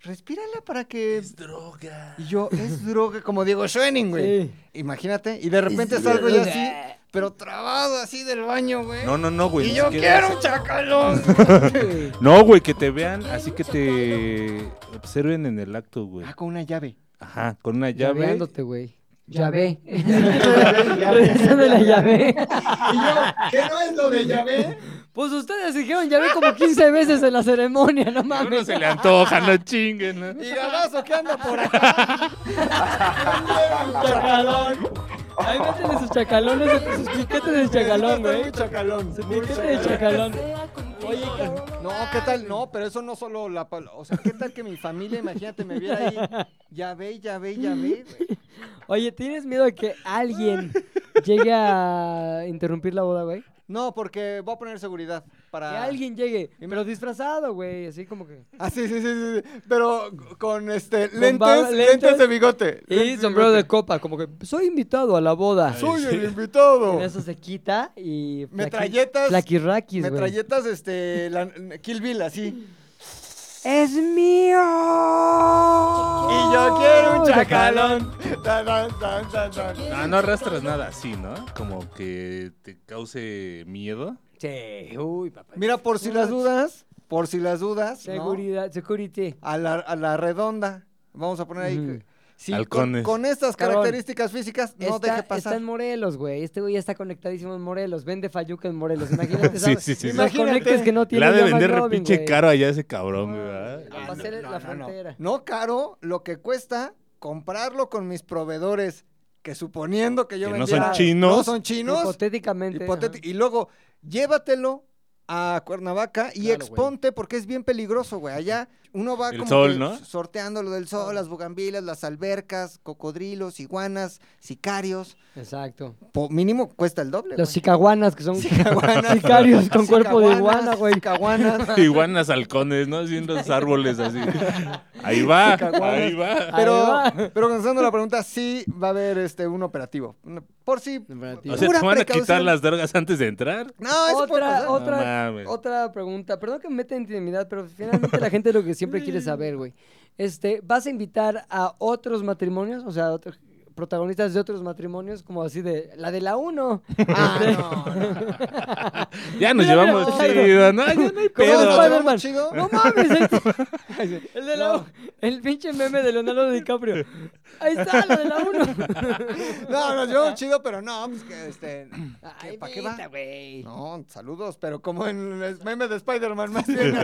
B: respírala para que.
C: droga.
B: Y yo, es droga, como Diego Schoening, güey.
C: [laughs]
A: Sí.
B: Imagínate, y de repente
A: Es
B: salgo yo
A: droga.
B: así, pero trabado así del baño, güey.
C: No, no, no, güey.
B: y
C: ni
B: yo
C: siquiera-
B: quiero un chacalón. Este,
C: No, güey, que te vean, así que te observen en el acto, güey.
B: ah, con una llave.
C: Ajá, con una llave. [laughs]
A: Llaveándote, güey. Llave.
B: [laughs]
A: Regresando la llave.
B: Y yo, ¿qué no es lo de llave?
A: Pues ustedes dijeron llave como 15 veces en la ceremonia, no
C: A uno
A: mames.
C: se le antoja, no chinguen, ¿no?
B: Y Gabazo, ¿qué anda por acá? Quiero un chacalón.
A: Ahí métele sus chacalones, sus piquetes de chacalón,
B: Estoy
A: güey.
B: muy chacalón.
A: Su
B: muy
A: piquete de
B: chacalón.
A: chacalón.
H: Oye,
B: No, ¿qué tal? No, pero eso no solo la pal- O sea, ¿qué tal que mi familia, imagínate, me viera ahí? Ya ve, ya ve, ya ve, güey.
A: Oye, ¿tienes miedo de que alguien llegue a interrumpir la boda, güey?
B: No, porque voy a poner seguridad
A: Que
B: para.
A: alguien llegue,
B: Y me-
A: pero disfrazado, güey, así como que...
B: Ah, sí, sí, sí, sí. sí, Pero con este.
A: Con
B: lentes,
A: barba-
B: lentes,
A: lentes
B: de bigote.
A: Y sombrero de copa, como que soy invitado a la boda.
B: Soy el
A: En
B: invitado.
A: eso se quita y... flaqui-
B: Metralletas.
A: Flaquirraquis, güey.
B: Metralletas, este. la- Kill Bill, así.
A: ¡Es mío!
B: Y yo quiero un chacalón. Tan, tan, tan, tan, tan.
C: No, no arrastras nada así, ¿no? Como que te cause miedo.
A: Sí, uy, papá.
B: Mira, por si las dudas. Por si las dudas. ¿no?
A: Seguridad, security.
B: a la, a la redonda. Vamos a poner ahí.
A: Ujú.
B: que- Sí, con,
C: Halcones.
B: con estas
A: Cabrón.
B: características físicas no
A: está,
B: deje
A: está
B: pasar.
A: en Morelos, güey. Este güey ya está conectadísimo en Morelos. Vende Fayuca en Morelos. Imagínate,
C: Sí,
A: ¿sabes?
C: sí, sí, sí.
A: Los conectes que no tiene
C: La ha de
A: ya
C: vender re
A: McLovin,
C: pinche
A: güey.
C: caro allá ese cabrón, güey, ¿verdad?
A: Ah, pasé la frontera.
B: No caro lo que cuesta comprarlo con mis proveedores, que suponiendo que yo
C: Que no
B: vendiera-
C: son chinos.
B: no son chinos,
A: Hipotéticamente.
B: hipotéti-
A: ajá.
B: y luego llévatelo a Cuernavaca
A: Claro,
B: y
A: güey.
B: exponte porque es bien peligroso, güey. Allá uno va
C: El
B: como
C: sol,
B: que
C: ¿no?
B: sorteando lo del sol, las bugambilas, las albercas, cocodrilos, iguanas, sicarios.
A: Exacto.
B: Po- mínimo cuesta el doble.
A: Los
B: güey.
A: cicaguanas, que son
B: [laughs]
A: [laughs]
B: Cicahuanas.
A: sicarios con cuerpo de
B: Cicahuanas,
A: iguana, güey.
B: cicahuanas.
C: Iguanas halcones, ¿no? Así en los árboles así. Ahí va, ahí va.
A: Ahí
B: Pero,
A: va.
B: pero contestando la pregunta, sí va a haber este un operativo. Por si.
A: Operativo.
C: O sea,
B: pura
C: ¿te van a quitar
B: precaución.
C: las drogas antes de entrar?
B: No, eso puede
A: Otra,
B: pasar.
C: No
A: otra,
C: mames.
A: otra pregunta. Perdón que me meta en intimidad, pero finalmente la gente lo que siempre
B: [laughs]
A: quiere saber, güey. Este, ¿vas a invitar a otros matrimonios? O sea, a otros protagonistas de otros matrimonios, como así de la de la uno. [laughs] Este,
B: Ah, no, no.
C: Ya nos
A: Mira,
C: llevamos
A: mira,
C: chido, ¿no? Ya no
B: [laughs]
C: hay
A: Como
B: Pero-
C: pedo.
A: Spider-Man.
B: ¿Chido?
A: No
B: [laughs]
A: mames. El, el de la- el pinche meme de Leonardo DiCaprio. Ahí está, la de la
B: [laughs]
A: uno.
B: No, no, yo chido, pero no, pues que este. ¿qué- ¿Para qué va?
A: invita, güey.
B: No, saludos, pero como en el meme de Spider-Man, más [laughs] bien.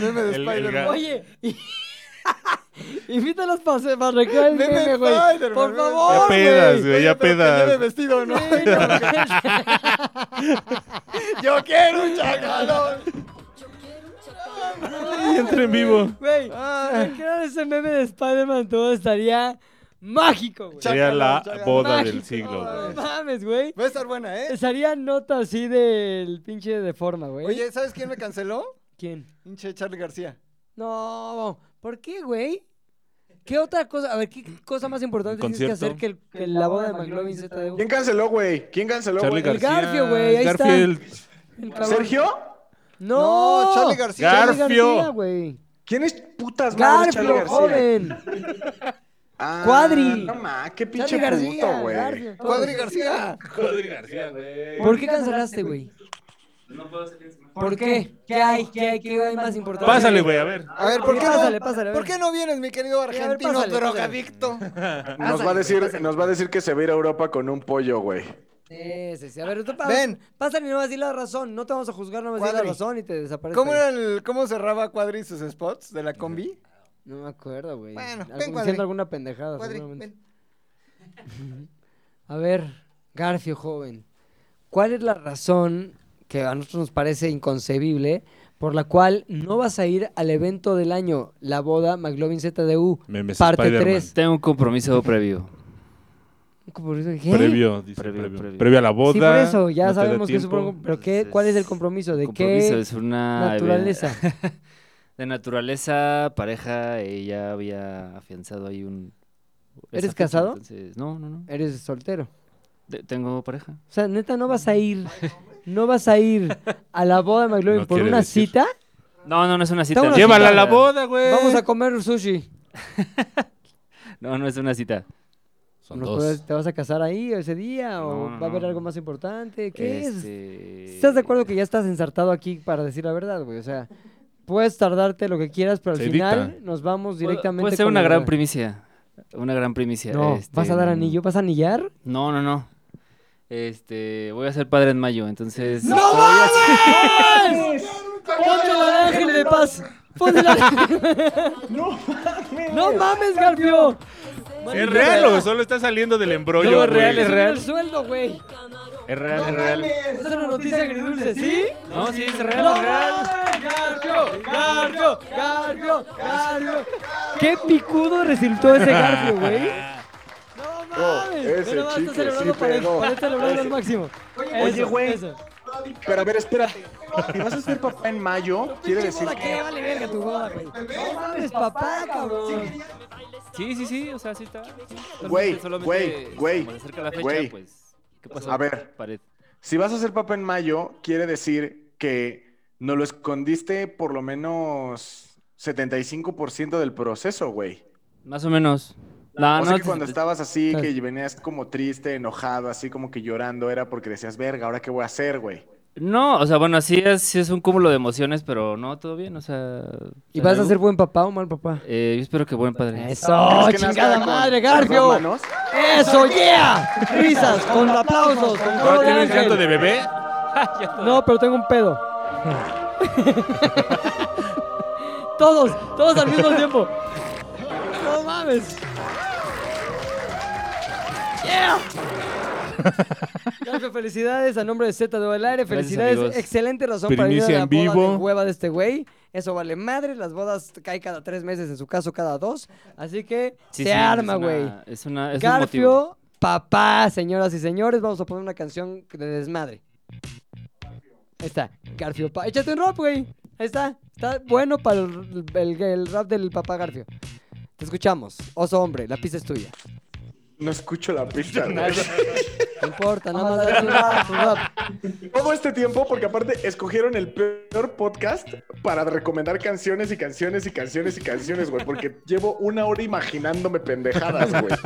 B: meme de
C: El- el
B: Spider-Man.
C: gato.
A: Oye, y- [laughs] invítalos para hacer- para recrear el
B: Meme de
A: meme, güey.
B: Spider-Man,
A: Por
B: meme de
A: favor,
C: Ya
A: güey.
C: pedas, güey,
B: Oye,
C: ya
B: pero que lleve
C: pedas.
B: vestido, ¿no?
A: Sí,
B: [laughs]
A: no, [laughs]
B: Yo quiero un chacalón.
C: Y entra en vivo.
A: Güey,
B: Ay.
A: si recrear ese meme de Spider-Man todo estaría mágico, güey.
C: Sería la
B: Chaca, no, chaca,
C: boda
A: mágico,
C: del siglo,
A: No
C: güey.
A: mames, güey.
B: Va a estar buena, ¿eh?
A: Estaría nota así del pinche de forma, güey.
B: Oye, ¿sabes quién me canceló?
A: ¿quién?
B: Pinche Charlie García.
A: No, ¿por qué, güey? ¿Qué otra cosa? A ver, ¿qué cosa más importante tienes que
C: concierto.
A: hacer que, el- que la boda de McLovin ZDU?
D: ¿Quién canceló, güey? ¿Quién canceló,
C: Charlie
D: güey?
A: El
C: García.
A: Garfio, güey, ahí está.
C: Garfield.
A: El cabrón.
D: ¿Sergio?
A: No,
B: Charlie García.
A: Charlie
C: Garfio.
A: García, güey.
D: ¿Quién es putas madres Charlie
A: Garfio,
D: García?
A: joven.
D: Ah,
A: Cuadri.
D: No ma, qué pinche
A: Charlie
D: puto,
A: García,
D: güey.
A: Garfio, todo.
B: Cuadri García.
C: Rodri García, güey.
A: ¿Por qué cancelaste, güey?
E: No puedo hacer eso.
A: ¿Por qué? ¿Qué hay? ¿Qué hay? ¿Qué hay más importante?
C: Pásale, güey, a ver.
B: A ver, ¿por qué,
A: Ah, Pásale,
B: no,
A: pásale, a ver.
B: ¿por qué no vienes, mi querido
A: ver,
B: argentino
A: pásale, pásale.
B: drogadicto?
I: Ah,
D: Nos va, a decir, nos va a decir que se va a ir a Europa con un pollo, güey.
A: Sí, sí, sí. A ver, tú pa-
B: Ven.
A: Pásale y no vas a decir la razón. No te vamos a juzgar, no vas a decir
B: Cuadri.
A: la razón y te desapareces.
B: ¿Cómo, era el- ¿Cómo cerraba Cuadri sus spots de la combi?
A: No me acuerdo, güey.
B: Bueno, ven,
A: Algún-
B: Cuadri.
A: Diciendo alguna pendejada,
B: Cuadri,
A: seguramente.
B: ven.
A: A ver, Garfio, joven. ¿Cuál es la razón que a nosotros nos parece inconcebible por la cual no vas a ir al evento del año, la boda McLovin ZDU,
C: Memes
A: parte
C: Spider-Man.
A: 3?
I: Tengo un compromiso previo.
A: ¿eh?
C: Previo, dice
I: Previo,
C: previo.
I: previo.
C: Previo a la boda.
A: Sí, por eso, ya
C: no te da
A: sabemos que es un
C: tiempo.
A: compromiso. Pero ¿qué,
I: Entonces,
A: ¿cuál es el compromiso? ¿De
I: compromiso
A: qué
I: es una
A: naturaleza?
I: [laughs] De naturaleza, pareja, ella había afianzado ahí un... esa
A: ¿Eres
I: fecha,
A: casado?
I: entonces- no, no, no.
A: Eres soltero.
I: De- tengo pareja.
A: O sea, neta, no vas a ir. No vas a ir a la
I: [laughs]
A: boda de McLovin
C: No
A: por
C: quiere
A: una
C: decir.
A: cita.
I: No, no, no es una cita.
A: Está una
I: no es
C: Llévala a
I: una
C: la
I: cita.
C: boda,
I: Eh.
C: güey.
A: Vamos a comer sushi.
I: No, no es una cita.
C: Son
A: No
C: dos.
A: puedes- ¿Te vas a casar ahí ese día? ¿O
I: No, no,
A: va a haber
I: no.
A: algo más importante? ¿Qué es?
I: Este,
A: ¿Estás de acuerdo que ya estás ensartado aquí para decir la verdad, güey? O sea, puedes tardarte lo que quieras, pero al
C: Se
A: final
C: dicta.
A: nos vamos
I: Puede-
A: directamente.
I: Puede ser
A: con
I: una
A: la
I: gran
A: boda.
I: primicia. Una gran primicia.
A: No,
I: este,
A: ¿vas a dar
I: no,
A: anillo? ¿Vas a anillar?
I: No, no, no. Este, voy a ser padre en mayo, entonces.
A: ¡Ponte la ángel de paz! ¡Ponte la ¡No mames! ¡No mames, Garfio!
C: ¿Es real o solo está saliendo del embrollo?
I: No, es
C: güey?
I: real, es real.
A: El sueldo, güey.
I: Es real, es real.
A: Es una noticia agridulce, ¿sí?
I: No, sí, es real, es real.
A: Garfio, Garfio, Garfio, Garfio. Qué picudo resultó ese Garfio, güey. No mames.
D: ese
A: Pero va, está
D: chicle
A: celebrando
D: sí
A: para,
D: pegó.
A: para celebrarlo al máximo.
D: oye,
A: Eso,
D: güey.
A: eso.
D: Pero a ver, espérate. ¿Y vas a ser papá en mayo? Quiere decir
A: Hola, ¿qué?
D: que...
A: Vale verga tu boda, güey. No mames, papá, cabrón.
I: Sí, sí, sí, o sea, sí está. Solamente-
D: Güey,
I: solamente
D: güey, güey,
I: como se acerca la fecha,
D: güey.
I: pues, ¿qué pasó?
D: A ver.
I: Pared.
D: Si vas a ser papá en mayo, quiere decir que no lo escondiste por lo menos 75% del proceso, güey.
I: Más o menos. No,
A: Ah,
D: O
I: no,
D: sea que cuando
I: te-
D: estabas así,
A: Claro.
D: que venías como triste, enojado, así como que llorando, era porque decías, verga, ¿ahora qué voy a hacer, güey?
I: No, o sea, bueno, sí es, sí es un cúmulo de emociones, pero no, todo bien, o sea...
A: ¿Y
I: en
A: vas a
I: algún-
A: ser buen papá o mal papá?
I: Eh, yo espero que buen padre.
A: Eso,
D: ¿Crees que
A: Oh, chingada
D: nazca con
A: madre,
D: las dos
A: Garfio.
D: manos?
A: Eso, yeah. Risas, con aplausos, con
C: ¿Ahora
A: coro de
C: tienes llanto
A: ángel.
C: de bebé?
I: ¿eh?
A: No, pero tengo un
I: [laughs]
A: pedo. todos, todos al mismo tiempo. No mames.
I: [laughs]
A: Yeah. Garfio, felicidades a nombre de Z de Aire. Felicidades.
I: amigos.
A: Excelente razón
C: Primicia
A: para ir
C: en
A: a la boda
C: vivo.
A: de hueva de este güey. Eso vale madre. Las bodas caen cada tres meses, en su caso cada dos. Así que se
I: Sí, sí, es
A: arma,
I: una-
A: güey.
I: Es una... Ah, Es un motivo.
A: Garfio, papá, señoras y señores, vamos a poner una canción de desmadre. Ahí está, Garfio, pa. Échate un rap, güey. Ahí está, está bueno para el, el- el rap del papá Garfio. Te escuchamos, oso hombre, la pista es tuya.
D: No escucho
A: [laughs]
D: la pista, güey.
A: No importa, nada más dale tu rap, tu rap.
D: Todo este tiempo, porque aparte escogieron el peor podcast para recomendar canciones y canciones y canciones y canciones, güey. Porque llevo una hora imaginándome pendejadas, güey.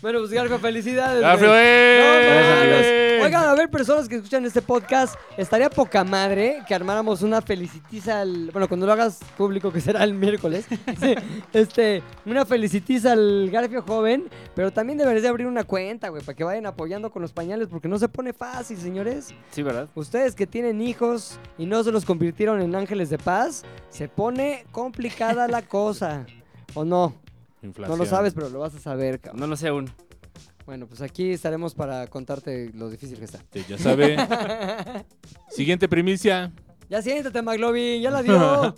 A: Bueno, pues Garfio, felicidades. güey.
C: ¡Garfio,
A: No, no, no,
C: eh!
A: no. Oigan, a ver, personas que escuchan este podcast, estaría poca madre que armáramos una felicitiza al. Bueno, cuando lo hagas público, que será el miércoles. [laughs] Sí, este, una felicitiza al Garfio joven, pero también deberías de abrir una cuenta, güey, para que vayan apoyando con los pañales, porque no se pone fácil, señores.
I: Sí, ¿verdad?
A: Ustedes que tienen hijos y no se los convirtieron en ángeles de paz, se pone complicada la cosa. ¿O no? No
C: Inflación.
A: lo sabes, pero lo vas a saber, cabrón.
I: No lo sé aún.
A: Bueno, pues aquí estaremos para contarte lo difícil que está.
C: Sí, Ya sabe. Siguiente primicia.
A: Ya siéntate, McLovin, ya la
C: [laughs]
A: dio.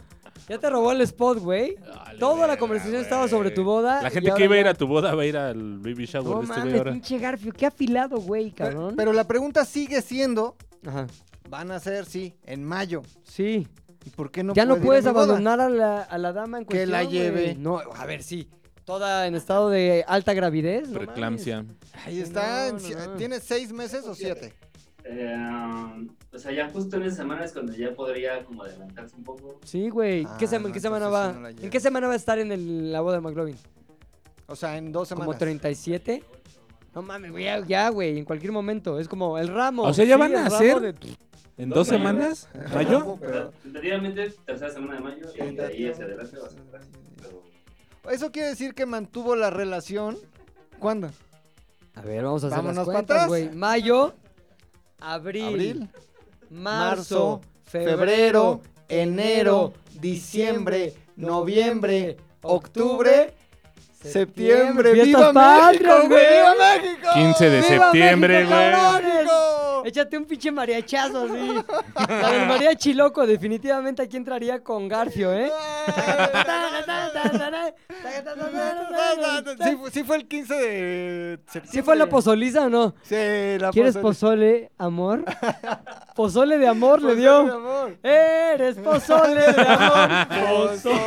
A: ya te robó el spot, güey. Toda la conversación estaba sobre tu boda.
C: La
A: y
C: gente
A: ahora
C: que iba a ir
A: ya-
C: a tu boda va a ir al baby shower
A: No
C: de este güey
A: mames,
C: ahora.
A: pinche Garfio, qué afilado, güey, cabrón.
B: Pero la pregunta sigue siendo,
A: Ajá.
B: van a ser, sí, en mayo.
A: Sí.
B: ¿Y por qué no
A: ya no
B: puedo
A: puedes
B: ir a mi boda?
A: abandonar a la, a la dama en
B: Que
A: cuestión.
B: la
A: güey.
B: lleve.
A: No, a ver, sí. Toda en estado de alta gravidez. no mames.
C: Preeclampsia.
B: Ahí está,
A: No,
B: en
A: no,
B: si-
A: no.
B: ¿tiene seis meses o siete?
E: Eh, um, o sea, ya justo en esa semana es cuando ya podría como adelantarse un poco.
A: Sí, güey. ¿Qué
B: Ah,
A: sema- ¿En qué
B: no,
A: semana
B: entonces
A: va?
B: sí no la
A: ¿En
B: llevo.
A: qué semana va a estar en el- la boda de McLovin?
B: O sea, en dos semanas.
A: ¿Como 37? No mames, güey, ya- ya, güey, en cualquier momento. Es como el ramo.
C: O sea, ¿ya
A: Sí,
C: van
A: el
C: a
A: ramo
C: hacer?
A: de-
C: ¿En dos semanas? ¿Ah, ¿Mayo?
E: Pero tentativamente, tercera semana de mayo y de ahí hacia adelante va a ser. Pero
B: Eso quiere decir que mantuvo la relación. ¿Cuándo?
A: A ver, vamos a hacer
B: Vámonos
A: las
B: pa'
A: cuentas,
B: atrás.
A: güey. Mayo, abril,
B: Abril,
A: marzo,
B: marzo,
A: febrero,
B: febrero, enero, diciembre, noviembre, octubre, septiembre.
A: ¡Viva
B: ¡Viva México,
A: México,
B: güey! ¡Viva
A: güey!
B: México!
C: 15 de
A: ¡Viva
C: septiembre,
A: México,
C: güey.
A: cabrones!
B: ¡México!
A: Échate un pinche mariachazo así. La del mariachi loco, definitivamente aquí entraría con Garfio, ¿eh? [laughs]
B: Sí, fu- sí fue el 15 de septiembre.
A: ¿Sí fue la pozoliza o no?
B: Sí, la
A: ¿Quieres
B: pozole.
A: pozole,
B: [laughs]
A: amor? Pozole de amor le
B: Pozole
A: dio.
B: de amor.
A: Eres pozole de amor, [laughs] pozole.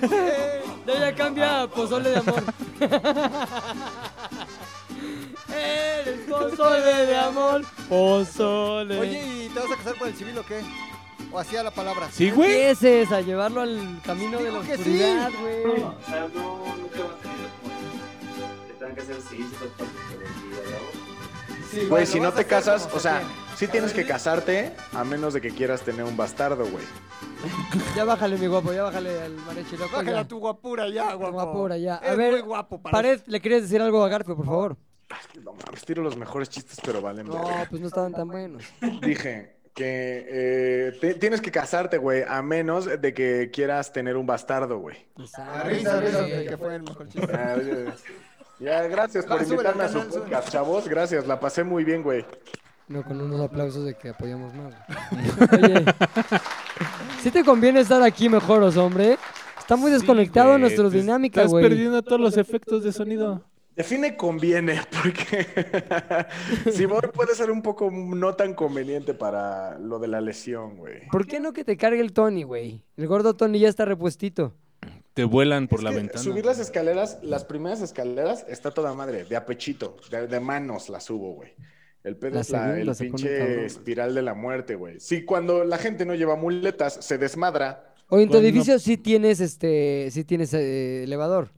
B: Pozole.
D: [laughs]
A: Ya ya cambia a pozole de amor. Eres pozole de amor, pozole.
B: Oye, ¿y te vas a casar por el civil o qué? ¿O hacía la palabra?
C: ¿Sí, güey?
A: empieces a llevarlo al camino de la
B: Digo que sí.
A: oscuridad, güey.
E: no, o sea, no, nunca va a salir como que tengan que hacer pues, seguirse dos partes por el día de hoy.
B: Sí,
D: Güey,
B: bueno,
D: si no
B: vas a
D: te
B: hacer
D: casas,
B: como
D: o
B: se
D: sea,
B: tiene.
D: sí tienes que casarte a menos de que quieras tener un bastardo, güey.
A: Ya bájale, mi guapo, ya bájale al mariachi loco.
B: Bájala
A: ya.
B: tu guapura ya, guapo.
A: guapura ya. A
B: Eres
A: ver,
B: muy guapo para
A: Pared, ¿le quieres decir algo a Garfio, por favor?
D: No mames, tiro los mejores chistes, pero valen.
A: No,
D: verga.
A: pues no estaban tan buenos.
D: Dije que eh, te- tienes que casarte, güey, a menos de que quieras tener un bastardo, güey.
B: La risa, risa, que fue el mejor chiste.
D: Ah, ya- Ya, gracias por
B: Va, Ah, súbele
D: invitarme a
B: al
D: su
B: canal,
D: podcast, chavos. Gracias, la pasé muy bien, güey.
A: No, con unos aplausos de que apoyamos más. güey. Oye, ¿sí te conviene estar aquí mejor, os hombre? Está muy desconectado
C: Sí, güey,
A: nuestra
C: te
A: dinámica,
C: Estás
A: güey.
C: perdiendo todos los efectos de sonido.
D: Define conviene, [laughs] porque si voy puede ser un poco no tan conveniente para lo de la lesión, güey.
A: ¿Por qué no que te cargue el Tony, güey? El gordo Tony ya está repuestito.
C: Te vuelan por la
D: Es que
C: ventana.
D: Subir las escaleras, las primeras escaleras, está toda madre, de apechito, de, de manos la subo, güey. El pedo
A: La
D: es la,
A: segunda
D: el
A: se pone cabrón,
D: pinche
A: güey.
D: espiral de la muerte, güey. Sí, cuando la gente no lleva muletas, se desmadra.
A: Oye, en tu
C: Bueno, no.
A: edificio sí tienes este, sí tienes eh, elevador.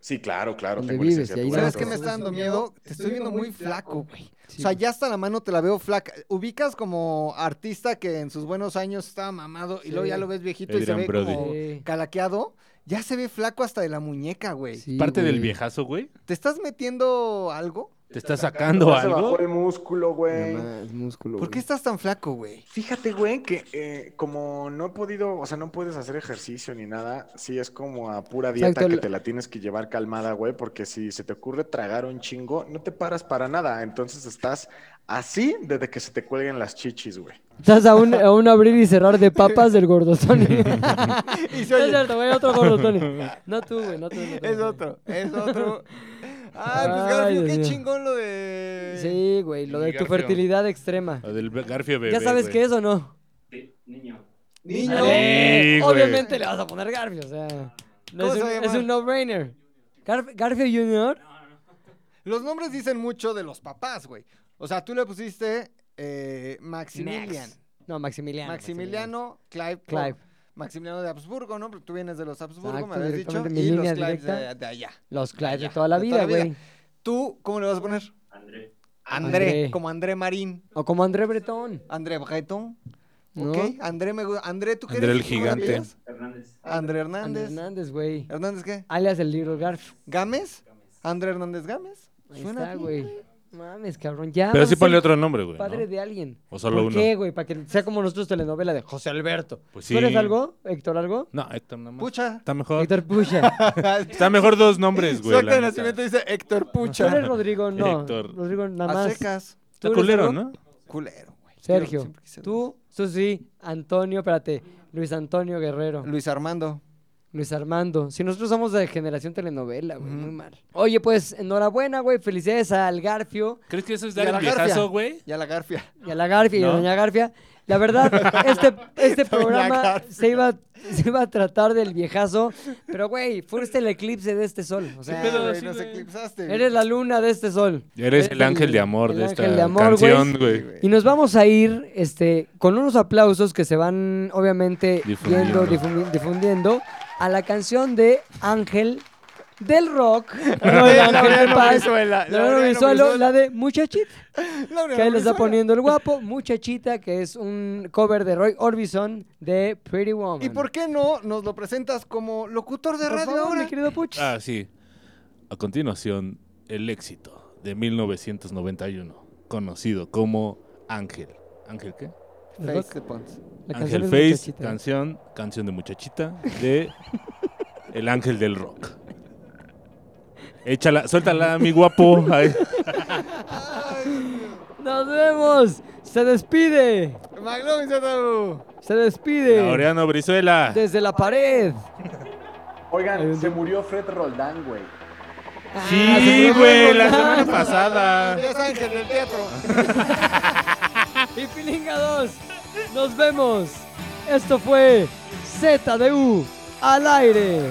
D: Sí, claro, claro.
A: Donde
D: Tengo
A: vives,
D: licencia
A: y ahí
D: de tu
A: sabes
B: ¿Sabes
D: auto.
B: qué me está dando miedo?
E: Te
B: Te pues, estoy viendo muy flaco, güey.
A: Sí, pues.
B: o sea,
A: güey.
B: ya hasta la mano te la veo flaca. Ubicas como artista que en sus buenos años estaba mamado y luego ya
A: Sí.
B: lo ves viejito y se
C: Adrián
B: ve
C: Brody.
B: como
A: Sí.
B: calaqueado. Ya se ve flaco hasta de la muñeca, güey.
A: Sí,
C: Parte del
A: güey.
C: viejazo, güey.
B: ¿Te estás metiendo algo?
C: Te está sacando
D: Ya se bajó
C: algo.
D: el músculo, güey.
A: Nada más, músculo,
B: ¿Por qué
A: güey.
B: estás tan flaco,
A: [laughs]
B: güey?
D: Fíjate, güey, que eh, como no he podido, o sea, no puedes hacer ejercicio ni nada, sí es como a pura dieta
A: Exacto,
D: que
A: el-
D: te la tienes que llevar calmada, güey, porque si se te ocurre tragar un chingo, no te paras para nada, entonces estás así desde que se te cuelguen las chichis, güey.
A: Estás a un, a un abrir y cerrar de papas del
C: [laughs]
A: gordotoni. No [laughs]
B: [laughs]
A: es cierto, güey, otro gordotoni. No tú, güey, no tú. no tú,
B: Es
A: no tú.
B: otro, es otro. Ay, pues
A: Ay,
B: Garfield,
A: Dios
B: qué
A: mío.
B: chingón lo de.
A: Sí, güey, lo de tu
C: Garfio.
A: fertilidad extrema.
C: O del Garfio bebé.
A: ¿Ya sabes
C: güey.
A: qué es o no?
E: Sí, niño.
B: Niño.
C: Sí, güey.
A: Obviamente le vas a poner Garfio, o sea. no es,
B: ¿Cómo se
A: un,
B: va a
A: es
B: llamar?
A: un no-brainer. Garf- Garfio Junior.
B: Los nombres dicen mucho de los papás, güey. O sea, tú le pusiste eh, Maximilian.
A: Max. No, Maximiliano.
B: Maximiliano, Clive. por-
A: Clive.
B: Maximiliano de Habsburgo, ¿no? Pero tú vienes de los Habsburgo,
A: Exacto,
B: me habías dicho.
A: directamente, mi
B: Y los
A: línea
B: Clives de,
A: directa.
B: de allá.
A: Los Clive de
B: Ah, Ya,
A: toda la
B: de
A: vida,
B: toda la vida.
A: güey.
B: ¿Tú cómo le vas a poner?
E: André.
B: André,
A: André.
B: como André Marín.
A: O como André Bretón.
B: André Breton.
A: ¿no?
B: Ok, André me gusta. André, ¿tú qué
C: André
B: eres? ¿Cómo
C: el
B: te
C: gigante.
B: apellidas?
E: Hernández.
B: André
A: André
B: Hernández.
A: Hernández, güey.
B: ¿Hernández qué?
A: Alias el Little Garf.
B: ¿Gámez? ¿André Hernández Gámez?
A: Ahí
B: Suena
A: está,
B: bien,
A: güey. Mames, cabrón. Ya.
C: Pero
A: vas
C: sí
A: a ser
C: ponle otro nombre, güey. ¿no?
A: Padre de alguien.
C: O solo
A: ¿Por
C: uno.
A: qué, güey? Para que sea como nosotros telenovela de José Alberto.
C: Pues
A: ¿Tú eres
C: sí.
A: algo, Héctor algo?
C: No, Héctor nada más.
B: Pucha.
C: Está mejor.
A: Héctor Pucha.
C: [laughs] Está mejor dos nombres,
B: Su
C: güey.
B: acta
C: la
B: de
C: neta.
B: nacimiento dice Héctor
A: ¿Tú eres
B: Pucha.
A: Rodrigo? No.
C: Héctor.
A: Rodrigo nada
B: A
A: más.
B: secas.
A: ¿Tú
C: Está
A: eres
C: culero,
A: algo?
C: ¿no?
B: Culero, güey. Yo
A: Sergio,
B: siempre quise-
A: tú, Susi, Antonio, espérate, Luis Antonio Guerrero,
B: Luis Armando.
A: Luis Armando. Si nosotros somos de generación telenovela, güey,
B: Ujú.
A: muy mal. Oye, pues, enhorabuena, güey, felicidades al Garfio
C: ¿Crees que eso es
B: Y a
C: dar
B: la
C: el
B: Garfia.
C: viejazo, güey?
B: Y a la Garfia.
A: y a la Garfia y a
C: ¿No?
A: Doña Garfia. La
C: [laughs]
A: verdad, este, este
B: Doña
A: programa
B: Garfia.
A: se iba, se iba a tratar del viejazo, pero, güey, fuiste el eclipse de este sol. O sea,
B: Ah,
C: pedo?
B: güey,
C: sí,
B: nos
C: güey.
B: eclipsaste. güey.
A: eres la luna de este sol.
C: Eres el ángel de amor
A: el
C: de
A: ángel
C: esta
A: de amor, güey.
C: canción,
B: Sí,
C: güey.
B: güey.
A: Y nos vamos a ir este, con unos aplausos que se van obviamente
C: Difundiendo.
A: yendo, difundi- difundiendo a la canción de Ángel del
B: [laughs]
A: Rock. No, de
B: Lauriano
A: Ángel de Paz.
B: Brizuela,
A: de
B: Lauriano
A: Lauriano Brizuela,
B: Brizuela.
A: La de
B: [laughs]
A: Muchachita,
B: Laura
A: que ahí le está
B: Brizuela.
A: poniendo el guapo. Muchachita, que es un cover de Roy Orbison de Pretty Woman.
B: ¿Y por qué no nos lo presentas como locutor de
A: Por
B: radio
A: favor,
B: ahora?
A: mi querido Puch.
C: Ah, sí. A continuación, el éxito de 1991, conocido como Ángel. ¿Ángel qué?
A: Del
B: Face
A: rock.
B: the Pons.
A: La
C: Ángel
A: es
C: Face,
A: Muchachita.
C: canción, canción de muchachita de El Ángel del Rock. Échala, suéltala, mi guapo. Ay,
A: Nos vemos. Se despide.
B: McLovin Zataru.
A: Se despide.
C: Laureano Brizuela.
A: Desde la pared.
D: Oigan, se murió Fred Roldán, güey.
A: Ah, se
C: Sí,
A: murió
C: güey,
A: Fred
C: la
A: Roldán.
C: semana pasada.
B: Ya saben que en el teatro.
A: y Pilinga 2. Nos vemos. Esto fue ZDU al aire.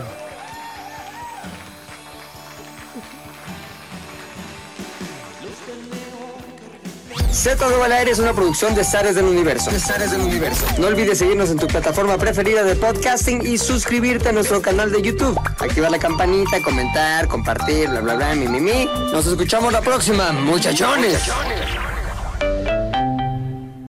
J: Z2 al aire es una producción de Zares del Universo. De Zares del Universo. No olvides seguirnos en tu plataforma preferida de podcasting y suscribirte a nuestro canal de YouTube. Activar la campanita, comentar, compartir, bla, bla, bla, mi, mi, mi. Nos escuchamos la próxima, muchachones.